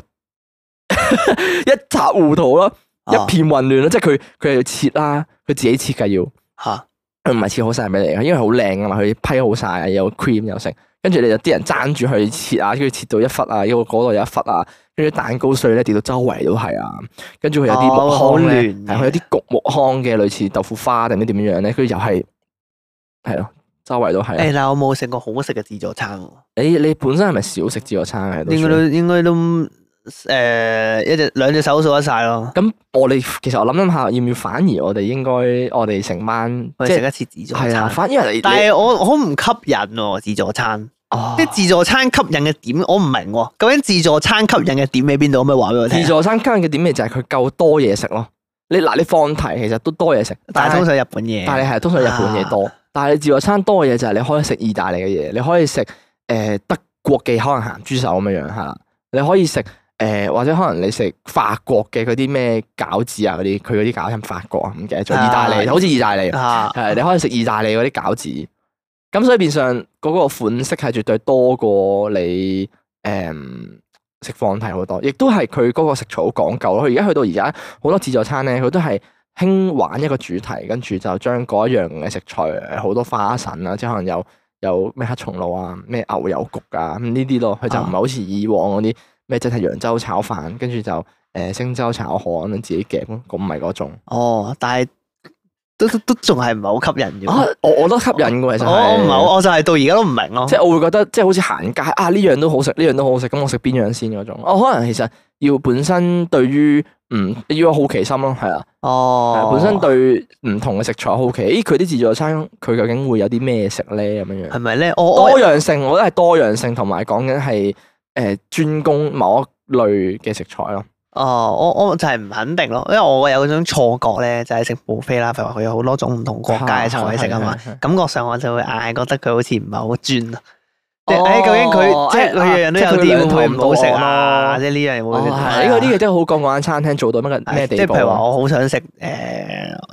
*laughs* 一塌糊塗咯，啊一片混亂咯。即係佢佢係要切啦，佢自己切㗎要，嚇佢唔係啊切好晒俾你嘅，因為好靚啊嘛，佢批好晒啊，有 cream 又剩。跟住你就啲人爭住去切啊，跟住切到一忽啊，嗰嗰度有一忽啊，跟住啲蛋糕碎咧跌到周圍都係啊，跟住佢有啲哦木好糠咧。亂係佢嘅，有啲焗木糠嘅，類似豆腐花定唔知點樣樣咧，佢又係係咯，周圍都係。啊誒，但我冇食過好食嘅自助餐喎，你你本身係咪少食自助餐嘅？應該算都應該都誒一隻兩隻手數得晒咯。咁我哋其實我諗諗下，要唔要反而我哋應該我哋成班我即哋係食一次自助係啊，餐，反而你但你係我我好唔吸引喎自助餐，哦即係自助餐吸引嘅點我唔明喎，究竟自助餐吸引嘅點喺邊度？可唔可以話俾我自聽？助餐吸引嘅點咪就係佢夠多嘢食咯。你嗱你放題其實都多嘢食，但係係通常日本嘢，但係你係通常日本嘢多，但係你自助餐多嘅嘢就係你可以食意大利嘅嘢，你可以食誒、呃德國嘅可能鹹豬手咁樣樣係啦，你可以食誒、呃或者可能你食法國嘅嗰啲咩餃子啊嗰啲，佢嗰啲餃子係咪法國啊唔記得咗，啊意大利好似意大利啊係你可以食意大利嗰啲餃子，咁所以變相嗰個款式係絕對多過你誒。嗯食放題好多，亦都係佢嗰個食材好講究咯。佢而家去到而家好多自助餐咧，佢都係興玩一個主題，跟住就將嗰一樣嘅食材呃好多花神啊，即係可能有有咩黑松露啊、咩牛油焗啊咁呢啲咯。佢就唔係好似以往嗰啲咩即係揚州炒飯，跟住就誒、呃星洲炒河咁樣自己夾咯，咁唔係嗰種。哦，但係都都都仲係唔係好吸引嘅。啊，我我都吸引嘅其實係。我我哦唔係好，我就係到而家都唔明咯即。係我會覺得即係好似行街啊呢樣都好食，呢樣都好食，咁我食邊樣先嗰種。我、可能其實要本身對於唔要有好奇心咯，係啊，哦係，本身對唔同嘅食材好奇，咦佢啲自助餐佢究竟會有啲咩食咧咁樣樣。係咪咧？我我多樣性，我覺得係多樣性，同埋講緊係誒專攻某一類嘅食材咯。哦，我我就係唔肯定咯，因為我有嗰種錯覺咧，就係食 buffet 啦，譬如話佢有好多種唔同國家嘅菜式啊嘛，係，係係係感覺上我就會硬係覺得佢好似唔係好專啊。即哦啊係誒，究竟佢即係佢樣樣都有啲會唔會唔好食啊？即即係呢樣會唔哦會係呢個呢個真係好講嗰間餐廳做到乜嘅咩即地係步譬如話，啊。我好想食誒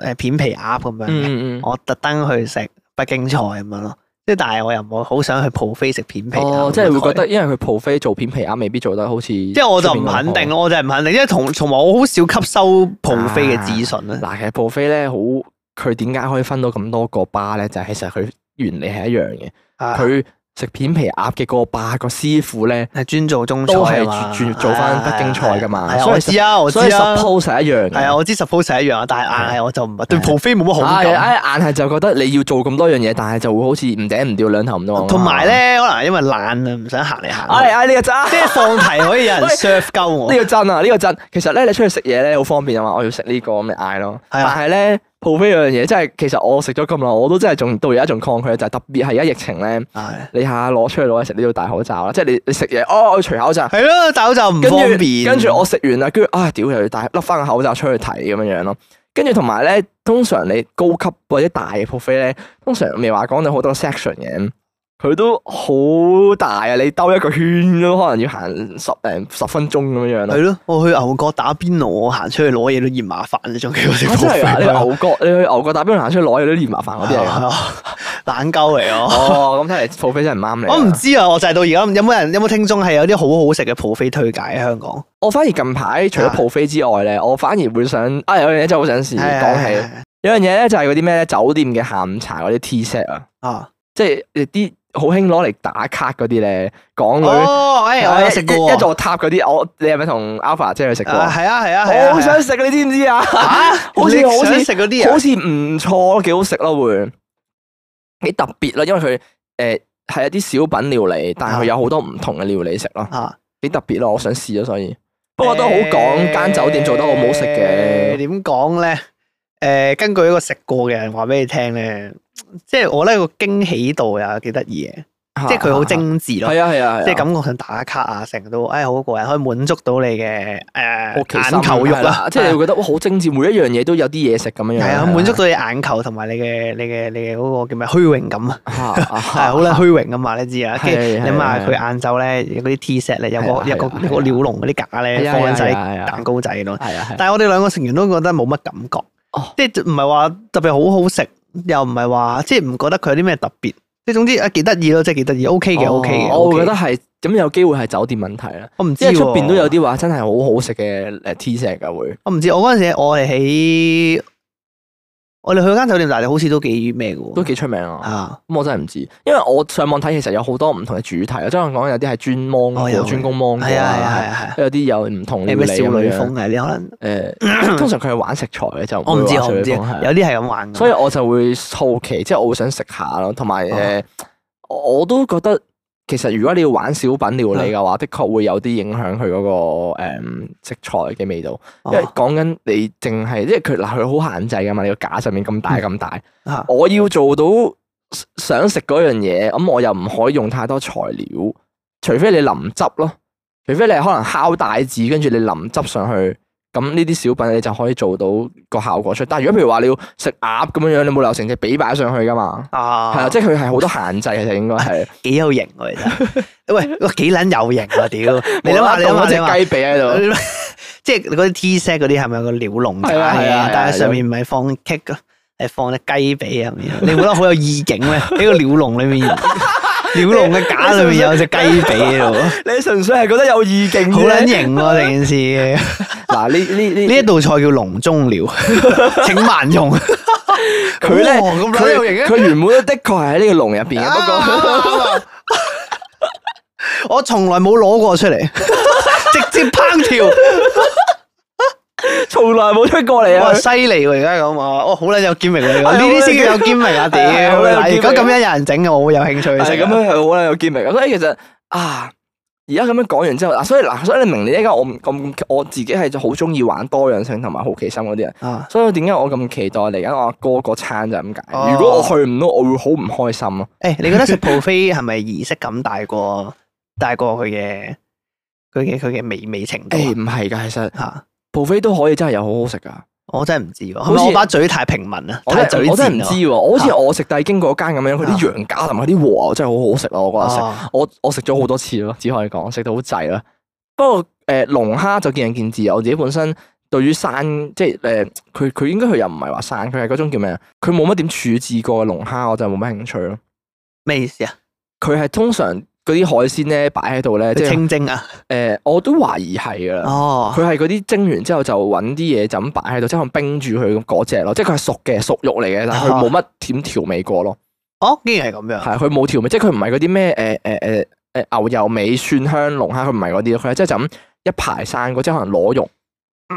誒片皮鴨咁樣嘅嗯嗯嗯。我特登去食北京菜咁樣咯，即係但係我又冇好想去 buffet 食片皮啊哦，咁即係會樣覺得，因為佢 buffet 做片皮鴨未必做得好似，即即係我就唔肯定。咯，我就係唔肯定，因為同同埋我好少吸收 buffet 嘅啊資訊啊。嗱，其實 buffet 咧好，佢點解可以分到咁多個巴咧？就係其實佢原理係一樣嘅。啊佢食片皮鴨嘅個巴個師傅咧，係專做中菜都係啊嘛轉做翻北京菜㗎嘛係啊係啊所以我知啊，我知所以啊， suppose 係一樣嘅。係啊，我知 suppose 係一樣啊，但係硬係我就唔係對 buffet 冇乜好啊係感。啊硬係就覺得你要做咁多樣嘢，但係就會好似唔頂唔掉兩頭唔到岸。同埋，咧，可能因為懶啊，唔想行嚟行哎去。哎呢個真，即係放題可以 *laughs* 有人喂 serve 鳩我呢。個真啊，呢個真。其實咧，你出去食嘢咧好方便啊嘛，我要食呢個咁你嗌咯。係啊但係咧 buffet 樣嘢真係，其實我食咗咁耐，我都真係仲到而家仲抗拒，就係特別係而家疫情咧。係你下下攞出去攞嘢食，你要戴口罩啦。即係你你食嘢，哦，我要除口罩，係咯，但我就唔跟住方便。跟住我食完啦，跟住啊屌又要戴笠翻個口罩出去睇咁樣樣咯。跟住同埋咧，通常你高級或者大嘅 buffet 咧，通常未話講到好多 section 嘅，佢都好大啊！你兜一個圈都可能要行十零十分鐘咁樣樣係 *laughs* 咯。咯，我去牛角打邊爐，我行出去攞嘢都嫌麻煩，仲叫我食啊真係啊！你去 buffet 牛角，你去牛角打邊爐行出去攞嘢都嫌麻煩嗰啲嚟啊 *laughs* 㗎。啊懶鳩 *laughs* 嚟我。哦，咁睇嚟 buffet 真係唔啱你啊。我唔知啊，我就係到而家有冇人有冇聽眾係有啲好好食嘅 buffet 推介喺香港？我反而近排除咗啊 buffet 之外咧，我反而會想啊有樣嘢真係好想試講起。有樣嘢咧就係嗰啲咩咧酒店嘅下午茶嗰啲 tea set 啊，啊，即係啲好興攞嚟打卡嗰啲咧，港女啊哦，哎，我有食過一喎一座塔嗰啲，我你係咪同 Alpha 姐去食過啊，啊？係啊係啊，係啊我好想食，你知唔知啊？啊， *laughs* 好似你好似想食嗰啲好啊，似唔錯，幾好食咯，會幾特別咯，因為佢誒係一啲小品料理，但係佢有好多唔同嘅料理食咯，啊，幾特別咯，我想試咗，所以不過都好講間酒店做得好唔好食誒嘅，點講咧？誒，根據一個食過嘅人話俾你聽咧，即係我咧個驚喜度又幾得意嘅。即係佢好精緻咯。啊係啊係啊，即係感覺上打卡啊，成日都誒好過癮，可以滿足到你嘅誒眼眼球欲啦啦，，啊即係你會覺得哇好精緻，每一樣嘢都有啲嘢食咁樣樣。係啊，滿足到你眼球同埋你嘅你嘅你嘅嗰個叫咩虛榮感 *laughs* 啊，係係好啦虛榮啊嘛，你知啊，跟住係你諗下係佢晏晝咧嗰啲 T set 咧有係啊個有係個啊有個鳥籠嗰啲架係咧啊放緊係晒啊係啊蛋糕仔咯，係啊係啊但係我哋兩個成員都覺得冇乜感覺哦，即係唔係話特別好好食，又唔係話即係唔覺得佢有啲咩特別，即係總之啊幾得意咯，即係啊幾得意，OK 嘅哦，OK 嘅，我會 OK 覺嘅得係咁有機會係酒店問題啦，我唔知因為出喎邊都有啲話真係好好食嘅誒 T 恤噶會。我唔知，我嗰陣時我哋喺我哋去間酒店，但係好似都幾咩嘅喎，都幾出名啊！啊，咁我真係唔知，因為我上網睇其實有好多唔同嘅主題啊，即係我講有啲係專芒哦果、有專攻芒果係啊係啊係啊，啊有啲有唔係啊，同料你理咩少女咁樣風啊？你可能 *coughs* 誒，通常佢係玩食材嘅就我唔知我唔知，會玩少女風係啊有啲係咁玩嘅，所以我就會好奇，即係我會想食下咯，同埋哦誒，我都覺得其實如果你要玩小品料嗯理嘅話，的確會有啲影響佢嗰個誒食材嘅味道，因為哦講緊你淨係，因為佢嗱佢好限制噶嘛，你個架上面咁大咁大。啊我要做到想食嗰樣嘢，咁我又唔可以用太多材料，除非你淋汁咯，除非你係可能烤帶子，跟住你淋汁上去，咁呢啲小品你就可以做到個效果出。但係如果譬如話你要食鴨咁樣樣，你冇理由成隻髀擺上去噶嘛，係啊，啊，即係佢係好多限制嘅，其實應 *laughs* 該係。幾有型喎，其實 *laughs* 喂，我幾撚有型啊！ *laughs* 屌，你諗下，你諗下，你諗嗰下隻雞髀啊喺度， *laughs* 即係嗰啲 T set 嗰啲係咪有個鳥籠係架啊係啊係啊嘅？但係上面唔係放 cake 咯，係放隻雞髀入面。你覺得好有意境 *laughs* 咩？喺個鳥籠裏面，鳥籠嘅架裏面有隻雞髀喺度。你純粹係覺得有意境啫好撚型喎！成件 *laughs* 事，嗱，呢呢呢呢一道菜叫籠中鳥， *laughs* 請慢用。佢咧，哇咁撚有型啊嘅佢佢原本都的確係喺呢個籠入邊嘅，不過。啊我從來冇攞過出 *laughs* 嚟，直接烹調。 *laughs* 從來冇出過嚟啊哇，！犀利喎！而家咁啊，我好撚有堅明嚟係呢啲先叫有堅明啊！屌，係係好撚有堅嗱明如果咁樣有人整嘅，我會有興趣去食係咁啊。樣係好啦，有見明咁，所哎以其實啊，而家咁樣講完之後，啊嗱，所以嗱，所以你明你依家我唔咁，我自己係好中意玩多樣性同埋好奇心嗰啲人，啊，所以點解我咁期待嚟緊我阿哥個餐就係咁解。哦如果我去唔到，我會好唔開心咯。誒，你覺得食 buffet 係咪儀式感大過大過佢嘅佢嘅佢嘅美味程度哎誒，唔係㗎，其實啊嚇？布菲都可以真係有好好食㗎。我真係唔知喎，好好似似我把嘴太平民啦，我太真嘴係我真係唔賤知啊喎，我好似我食帝京嗰間咁樣，佢啲羊架同埋佢啲和牛真係好好食啊咯，我覺得食。哦我我食咗好多次咯，只可以講食到好滯啦。不過誒、呃、龍蝦就見仁見智啊。我自己本身對於山即係誒佢佢應該佢又唔係話山，佢係嗰種叫咩啊？佢冇乜點處置過嘅龍蝦，我就冇乜興趣咯。咩意思啊？佢係通常嗰啲海鮮咧擺喺度咧，即係誒、清蒸啊？呃我都懷疑係噶啦。哦，佢係嗰啲蒸完之後就揾啲嘢就咁擺喺度，即係可能冰住佢咁嗰只咯，即係佢係熟嘅熟肉嚟嘅，但係佢冇乜點調味過咯。哦，竟然係咁樣。係佢冇調味，即係佢唔係嗰啲咩呃誒誒誒呃誒牛油味、蒜香龍蝦，佢唔係嗰啲佢係即係就咁一排生嗰，即係可能螺肉，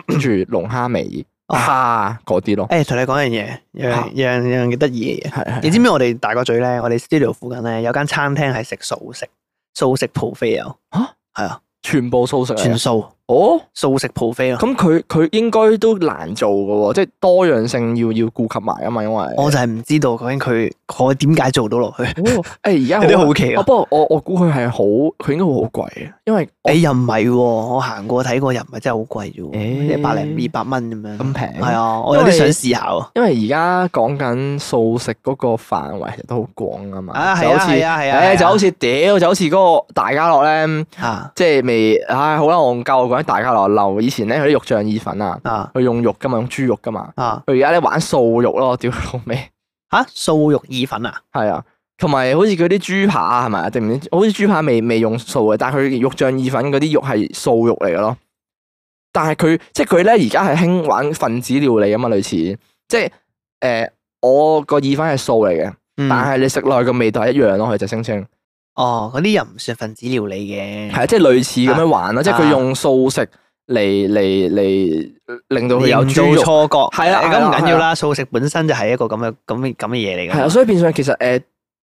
跟住龍蝦味、嗯哦蝦嗰啲咯，誒，同你講樣嘢，嚇樣樣樣幾得意嘅嘢。係係你知唔知我哋大個嘴咧？我哋 studio 附近咧有間餐廳係食素食，素食 buffet 有嚇係啊，全部素食嚟全嘅。素哦，素食啊 buffet 咯。咁佢佢應該都難做嘅喎，即係多樣性要要顧及埋啊嘛，因為我就係唔知道究竟佢佢點解做到落去？哦誒而家有啲好奇啊哦不過我我估佢係好，佢應該會好貴嘅，因為我誒又唔係喎，我行過睇過又唔係真係好貴啫誒喎，一百零二百蚊咁樣。咁平係啊，我有因為啲想試下喎。因為而家講緊素食嗰個範圍其實都好廣啊嘛，啊就係啊好似係啊係啊係誒啊就好似屌就好似嗰個大家樂咧，啊即係未唉好啦戇鳩，講緊大家樂流以前咧佢啲肉醬意粉啊，啊佢用肉噶嘛，用豬肉噶嘛，啊佢而家咧玩素肉咯，屌老味，嚇！素肉意粉啊！係啊。同埋好似佢啲豬扒啊，係咪啊？定唔知好似豬扒未未用素嘅，但係佢肉醬意粉嗰啲肉係素肉嚟嘅咯。但係佢即係佢咧，而家係興玩分子料理啊嘛，類似即係誒、呃我個意粉係素嚟嘅，嗯但係你食落去個味道係一樣咯，佢就聲稱哦，嗰啲又唔算分子料理嘅，係啊，即係類似咁樣玩咯，即係佢啊用素食嚟嚟嚟令到佢有營造豬肉，啊錯覺，係啦係啦咁唔緊係要啦。素食本身就係一個咁嘅咁嘅咁嘅嘢嚟嘅。係啊，所以變相其實誒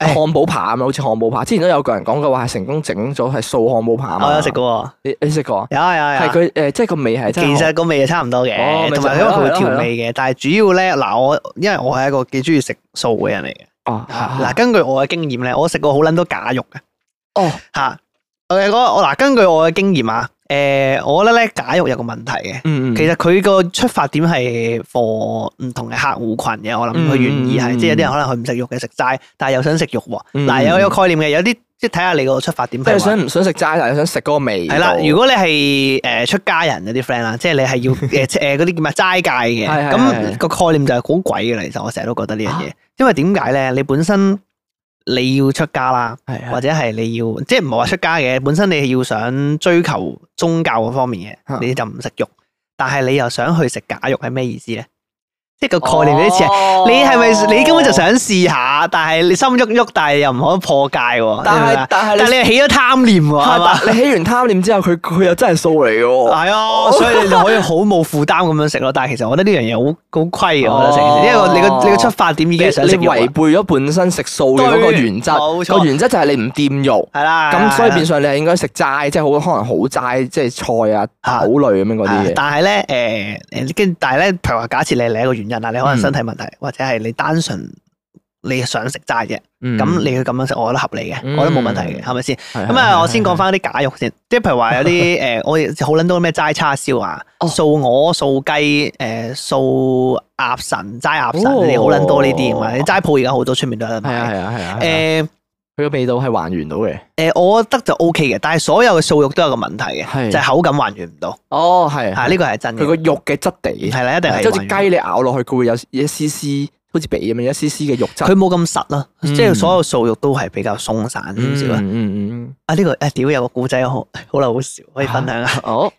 誒漢堡扒啊嘛，好似漢堡扒，之前都有個人講過話係成功整咗係素漢堡扒啊嘛，我有食過你你食過？喎，有啊有啊係有啊。佢誒，即係個味係其真係實個味就差唔多嘅哦咪，就同埋係因為咯佢會係咯係咯調味嘅，但係主要咧嗱，我因為我係一個幾中意食素嘅人嚟嘅，哦，嗱，根據我嘅經驗咧，我食過好撚多假肉嘅哦，嚇。我嘅我嗱，根據我嘅經驗啊，誒，我覺得咧假肉有個問題嘅。嗯嗯，其實佢個出發點係 for 唔同嘅客戶群嘅，我諗佢願意係，嗯即係有啲人可能佢唔食肉嘅食齋，但係又想食肉喎。嗯嗱，有有概念嘅，有啲即係睇下你個出發點即係係話想唔想食齋，但係想食嗰個味道。係啦，如果你係誒出家人嗰啲 friend *laughs* 啦，即係你係要誒即誒嗰啲叫咩齋戒嘅，係係係咁個概念就係好鬼嘅啦。其實我成日都覺得呢樣嘢，因為點解咧？你本身你要出家啦，係啊係或者係你要即係唔係話出家嘅，本身你係要想追求宗教嗰方面啊嘅，你就唔食肉，但係你又想去食假肉，係咩意思咧？即係個概念有啲似係，係你係咪你根本就？想試下，但係你心喐喐，但係又唔可以破戒喎。但你明唔明係啊但但係係你你係起咗貪念喎，係嘛係但你起完貪念之後，佢佢又真係素嚟嘅喎。係啊，所以你就可以好冇負擔咁樣食咯。但係其實我覺得呢樣嘢好好虧嘅，我覺得成件事，因為你個你個出發點已哦你經係想食你肉啊違背咗本身食素嘅嗰個對原則，冇錯個原則就係你唔掂肉。係啦，係啦啊咁所以變係相你係應該食齋，即係好可能好齋，即係菜啊、嚇豆類咁樣嗰啦啲嘢。但係咧誒誒，跟住但係咧，譬如話假設你你一個原因啦，啊你可能身體問題，或者係你單純你想食齋啫，嗯咁你去咁樣食，我覺得合理嘅，嗯我覺得冇問題嘅，係咪先？係咁係啊，我係先講翻啲假肉先，即係譬如話有 *laughs* 啲誒，我哋好撚多咩齋叉燒啊、哦素鵝、素雞、誒素鴨腎、齋鴨腎哦呢啲好撚多呢啲嘅嘛，你齋鋪而家好多出面都有得係啊賣。係啊係啊。誒，誒佢個味道係還原到嘅。誒，我覺得就 O K 嘅，但係所有嘅素肉都有個問題係嘅，就係口感還原唔到，啊哦，係係呢個係真佢個嘅，肉嘅質地係啦，一定係即係好似還原雞你咬落去，佢會有一絲絲好似髀咁樣一絲絲嘅肉質。佢冇咁實啦，嗯即係所有素肉都係比較鬆散嗯少少啦。嗯嗯啊，呢個誒屌有個古仔好好啦，好笑，可以分享下。啊 *laughs* 嗯，哦，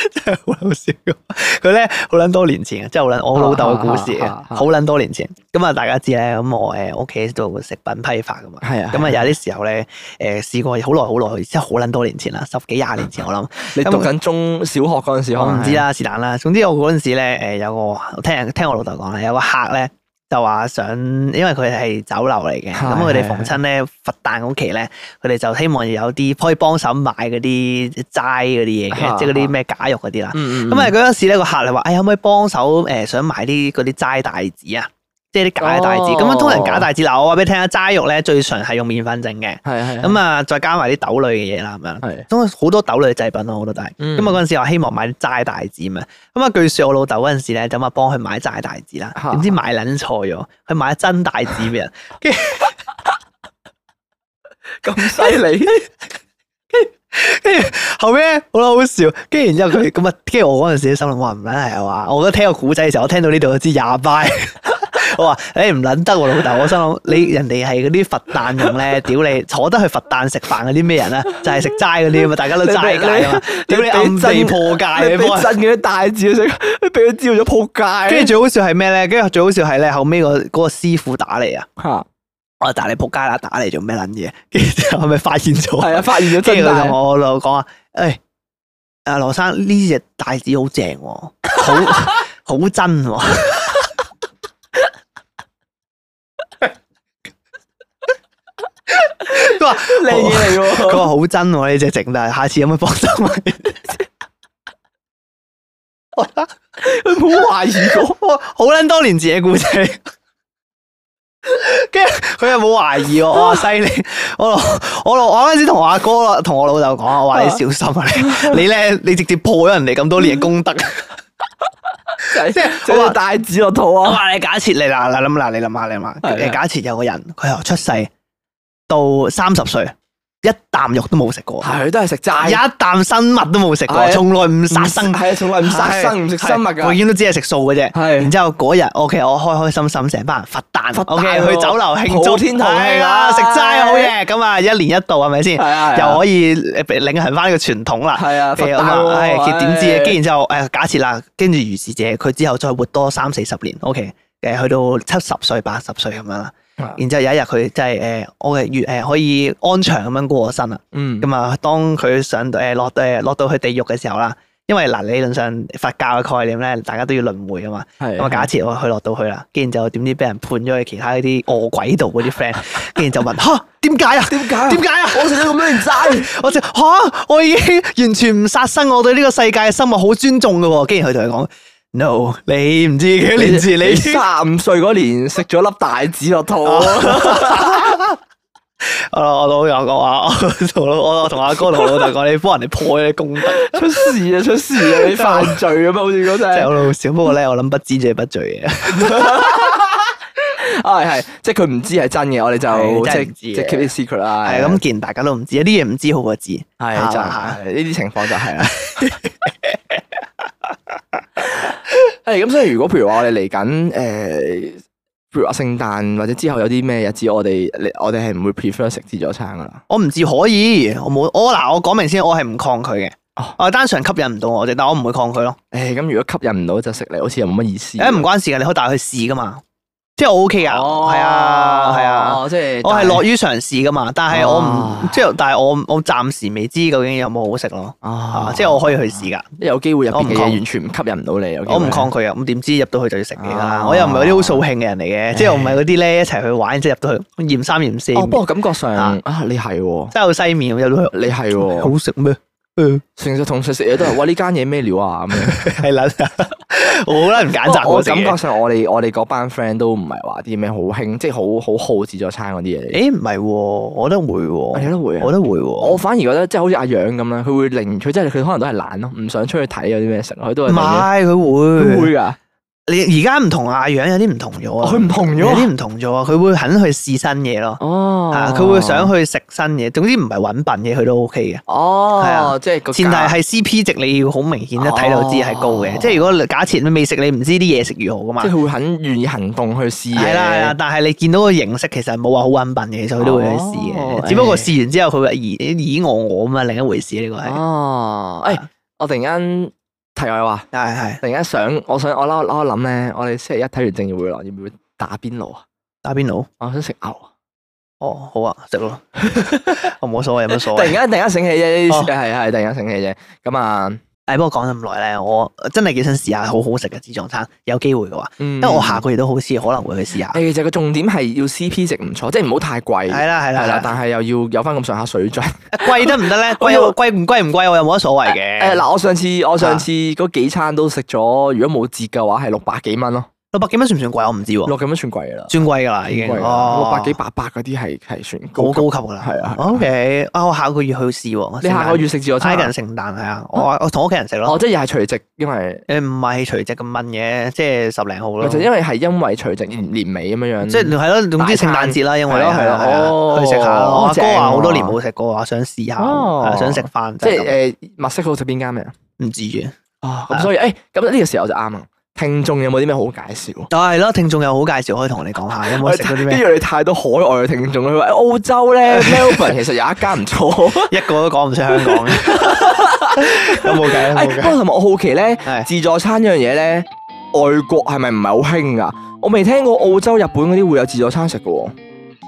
好 *laughs* 撚好笑㗎佢咧好撚多年前嘅，即係好撚我老豆嘅故事嘅，啊啊啊啊好撚多年前。咁啊，大家知咧，咁我誒屋企做食品批發噶嘛。係啊，咁啊，有啲時候咧，誒試過好耐好耐，即係好撚多年前啦，十幾 *laughs* 廿年前我諗，你讀緊中小學嗰陣時，可我唔能知。啦，是但啦。總之我嗰陣時咧，誒有個我聽人聽我老豆講咧，有個客咧就話想，因為佢係酒樓嚟嘅，係咁佢哋逢親咧佛誕嗰期咧，佢哋就希望有啲可以幫手買嗰啲齋嗰啲嘢啊嘅，即係嗰啲咩假肉嗰啲啦。嗯嗯，咁啊嗰陣時咧個客嚟話：，哎，可唔可以幫手誒想買啲嗰啲齋帶子啊？即係啲假嘅帶子。哦咁啊、通常假帶子嗱，我話俾你聽啊，齋肉咧最常係用麵粉整嘅，係係咁啊再加埋啲豆類嘅嘢啦，咁樣。係咁好多豆類製品咯，好多都係。嗯咁啊嗰陣時我希望買啲齋帶子嘛。咁啊據說我老豆嗰陣時咧就啊幫佢買齋帶子啦，嚇點知買撚錯咗，佢買咗真帶子俾人。咁犀 *laughs* 利，跟住後尾咧好啦，好笑。跟住然之後佢咁啊，跟住我嗰陣時心諗，哇唔撚係啊嘛！我覺得聽個古仔嘅時候，我聽到呢度我知廿拜。 *laughs* 我話：，誒唔撚得喎，老豆！我心諗你人哋係嗰啲佛誕用咧，屌你坐得去佛誕食飯嗰啲咩人啊？就係食齋嗰啲啊嘛，大家都齋戒啊嘛，屌你暗地破戒啊你嘅俾幫人真嘅大字食，俾佢知道咗仆街。跟住最好笑係咩咧？跟住最好笑係咧，後尾個嗰個師傅打你啊！嚇，我話打你仆街啦，打你做咩撚嘢？跟住之後係咪發現咗？係啊，發現咗跟真住佢就同大。我老豆講啊，誒，阿羅生呢只帶子好正喎，好 *laughs* 好真喎。佢話哦佢靚嘢嚟喎，話好真喎呢只整得，下次有冇幫手買？佢冇懷疑過。哇 *laughs* 好撚多年前嘅故仔。跟住佢又冇懷 *laughs* 疑我，我話犀利，我老我老我嗰陣時同我阿哥啦，同我老豆講，我話你小心啊你，你咧你直接破咗人哋咁多年嘅功德。即係係我大字落肚我啊！話你假設你嗱嗱諗嗱，你諗下你諗下，係啊誒假設有個人佢由出世到三十歲一啖肉都冇食過，係佢都係啊食齋，一啖生物都冇食係過，啊從來唔殺生，係啊，從來唔殺生，唔食生物㗎。我永遠都只係食素嘅啫。係然之後嗰日，OK，我開開心心成班人佛佛誕誕，OK，去酒樓慶普祝哦天同慶啊係啦，食齋好嘢，咁啊一年一度係咪先？係啊係啊又可以誒領行翻呢個傳統啦。係啊，佛咁誕啊喎係點知唉跟然之後誒假設啦，跟住如是者佢之後再活多三四十年，OK，誒去到七十歲八十歲咁樣啦。啊然之後有一日佢真係誒我嘅月誒可以安詳咁樣過咗身啦。嗯咁啊，當佢上誒落誒落到去地獄嘅時候啦，因為嗱理論上佛教嘅概念咧，大家都要輪迴啊嘛。係咁啊，假設我去落到去啦，跟住就點知俾人判咗去其他嗰啲餓鬼道嗰啲 *laughs* friend，跟住就問吓點解啊？點解點解啊？我食咗咁多年 *laughs* 齋，我就吓，我已經完全唔殺生，我對呢個世界嘅生物好尊重嘅喎。竟然佢同佢講， No，你唔知幾年前你你三十五歲嗰年食咗粒大子落肚，啊我我老友講話，我同老我我同阿哥同老豆講，你幫人哋破咗啲功 *laughs* 德， *laughs* 出事啊出事 *laughs* 啊！你犯罪咁啊，好似嗰真係陣好老笑。不過咧，我諗不知者不罪嘅， *laughs* 啊係，即係佢唔知係真嘅，我哋就係真係唔知即嘅係即係啊 keep it secret 啦。係咁，既然大家都唔知，有啲嘢唔知好過知，係係就嘛係呢啲情況就 *laughs* 係啦。 *laughs* 係咁，所以如果譬如話我哋嚟緊誒，譬如話聖誕或者之後有啲咩日子，我哋你我哋係唔會 prefer 食自助餐噶啦。我唔知可以，我冇我嗱，我講明先，我係唔抗拒嘅哦。我係單純吸引唔到我啫，但我唔會抗拒咯。誒咁，如果吸引唔到就食嚟，好似又冇乜意思。誒唔關事嘅，你可以帶佢去試噶嘛，即係我 OK 噶，哦係啊係啊。，即係我係樂於嘗試噶嘛，但係我唔啊即係，但係我我暫時未知究竟有冇好食咯。啊啊，即係我可以去試噶，有機會入邊嘅嘢我唔抗完全唔吸引唔到你。有機會我唔抗拒啊。咁點知入到去就要食嘢啦？啊我又唔係嗰啲好掃興嘅人嚟嘅，即係我唔係嗰啲咧一齊去玩，即係入到去嫌三嫌四，哦，不真過感覺上啊啊，你係喎，係好西面咁入到去，你係喎，好食咩？誒成日同食食嘢都係，哇呢間嘢咩料啊咁樣。係啦，我好難揀擇不過我嗰啲感覺嘢。上我哋我哋嗰班 friend 都唔係話啲咩好興，即係好好好自助餐嗰啲嘢嚟。誒唔係喎，我覺得會我哋喎，都會啊我覺得會喎。我反而覺得即係好似阿楊咁啦，佢會寧佢即係佢可能都係懶咯，唔想出去睇有啲咩食，佢都唔係寧係願佢佢會，會㗎，你而家唔同阿樣有啲唔同咗啊，佢唔同有咗啲唔同咗啊，佢會肯去試新嘢咯。哦啊，佢會想去食新嘢，總之唔係揾笨嘢，佢都 OK 嘅。係啊哦，即係個前提價係 CP 值你要好明顯一哦睇到知係高嘅。即係如果你假設你未食，你唔知啲嘢食如何噶嘛即。係佢會肯願意行動去試嘢。係啦係啦，但係你見到個形式其實冇話好揾笨嘅，其實佢都會去試哦嘅。只不過試完之後佢會咦咦我我咁啊，另一回事呢個係。啊哦，誒，我突然間題外話，係係突然間想，我想我撈撈諗咧，我哋星期一睇完正義回廊，要唔要打邊爐啊？打邊爐。我想食牛啊。哦，好啊，食 *laughs* 咯，我冇所謂，有乜所突然謂？間突然間醒起啫，哦係係突然間醒起啫。咁啊，誒，哎不過講咗咁耐咧，我真係幾想試下好好食嘅自助餐，有機會嘅話，因因為我下個月都好似可能會去試下。嗯誒，其實個重點係要 CP 值唔錯，即係唔好太貴。係啦係啦係係啦啦，，但係又要有翻咁上下水 *laughs* 準。貴得唔得 *laughs* 咧？我貴要貴唔貴唔貴，我又冇乜所謂嘅。誒嗱，我上次我上次嗰幾餐都食咗，如果冇折嘅話係六百幾蚊咯，六百幾蚊算唔算貴？我唔知喎，六咁蚊算貴㗎啦，算貴㗎啦已經，算貴㗎啦哦六百幾八百嗰啲係係算高級好高級㗎啦。係啊係啊 O K，啊，我下個月去試喎。你下個月食自助挨餐近啊？聖誕係啊，我我同屋企人食哦，咯。即係又係除夕，因為誒唔係除夕咁問嘅，即係十零號咯。就即因為係因為除夕年年尾咁樣樣。係係咯，總之嗯聖誕節啦，因為係咯啊係啊係啊哦去食下咯。我阿哥正話喎好多年冇食過，話想試下，哦係啊想食飯，即即係係誒墨西哥食邊間咩啊？唔知嘅。啊，咁所以誒，咁呢個時候就啱啦。聽眾有冇啲咩好介紹？但係咯，聽眾有好介紹可以同我哋講下，有冇食 *laughs* 嗰啲跟咩？住你太多海外嘅聽眾啦，佢話哦澳 *laughs* 洲咧 Melbourne 其實 *laughs* 有一間唔錯。一個都講唔出香 *laughs* 港哎嘅，有冇計？有誒冇哎不計？過同埋我好奇咧係，自助餐呢樣嘢咧，外國係咪唔係好興噶？我未聽過澳洲、日本嗰啲會有自助餐食嘅喎。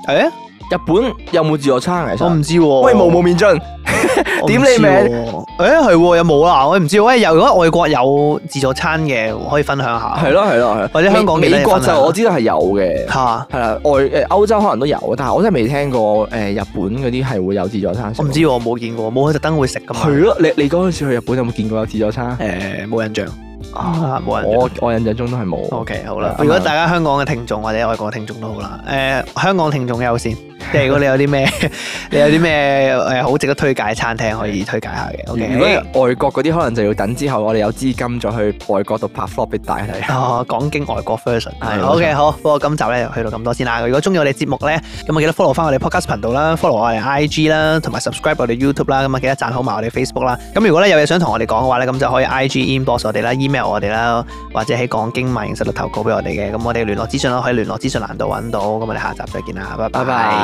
誒，日本有冇自助餐啊其哎我實？唔知喎。喂，無無面進，我唔點知你名喎？誒係喎，有冇啊啦？我唔知喎。喂，有如果外國有自助餐嘅，可以分享下。係咯係咯係咯。或者香港美幾多嘢美國分享就啊我知道係有嘅。嚇，係啦，外誒歐洲可能都有，但係我真係未聽過誒、日本嗰啲係會有自助餐食。我唔知喎，我冇見過，冇去特登會食噶嘛。係咯，你你嗰陣時去日本有冇見過有自助餐？誒，冇印象啊，冇印象。我我印象中都係冇。 OK，好啦。咁啊如果大家香港嘅聽眾或者外國嘅聽眾都好啦，誒，香港聽眾優 *laughs* 先。即係如果你有啲咩，你有啲咩誒好值得推介嘅餐廳可以推介下嘅。如果 OK。係外國嗰啲，可能就要等之後我哋有資金再去外國度拍 flop 俾大家睇。哦，講經外國 version，係冇錯 OK 好，不過今集咧就去到咁多先啦。如果中意我哋節目咧，咁啊記得 follow 翻我哋 podcast 頻道啦，follow 我哋 IG 啦，同埋 subscribe 我哋 YouTube 啦，咁啊記得讚好埋我哋 Facebook 啦。咁如果咧有嘢想同我哋講嘅話咧，咁就可以 IG inbox 我哋啦，email 我哋啦，或者喺講經萬應室度投稿俾我哋嘅。咁我哋聯絡資訊啦，可以聯絡資訊欄度揾到。咁我哋下集再見啦，拜拜拜。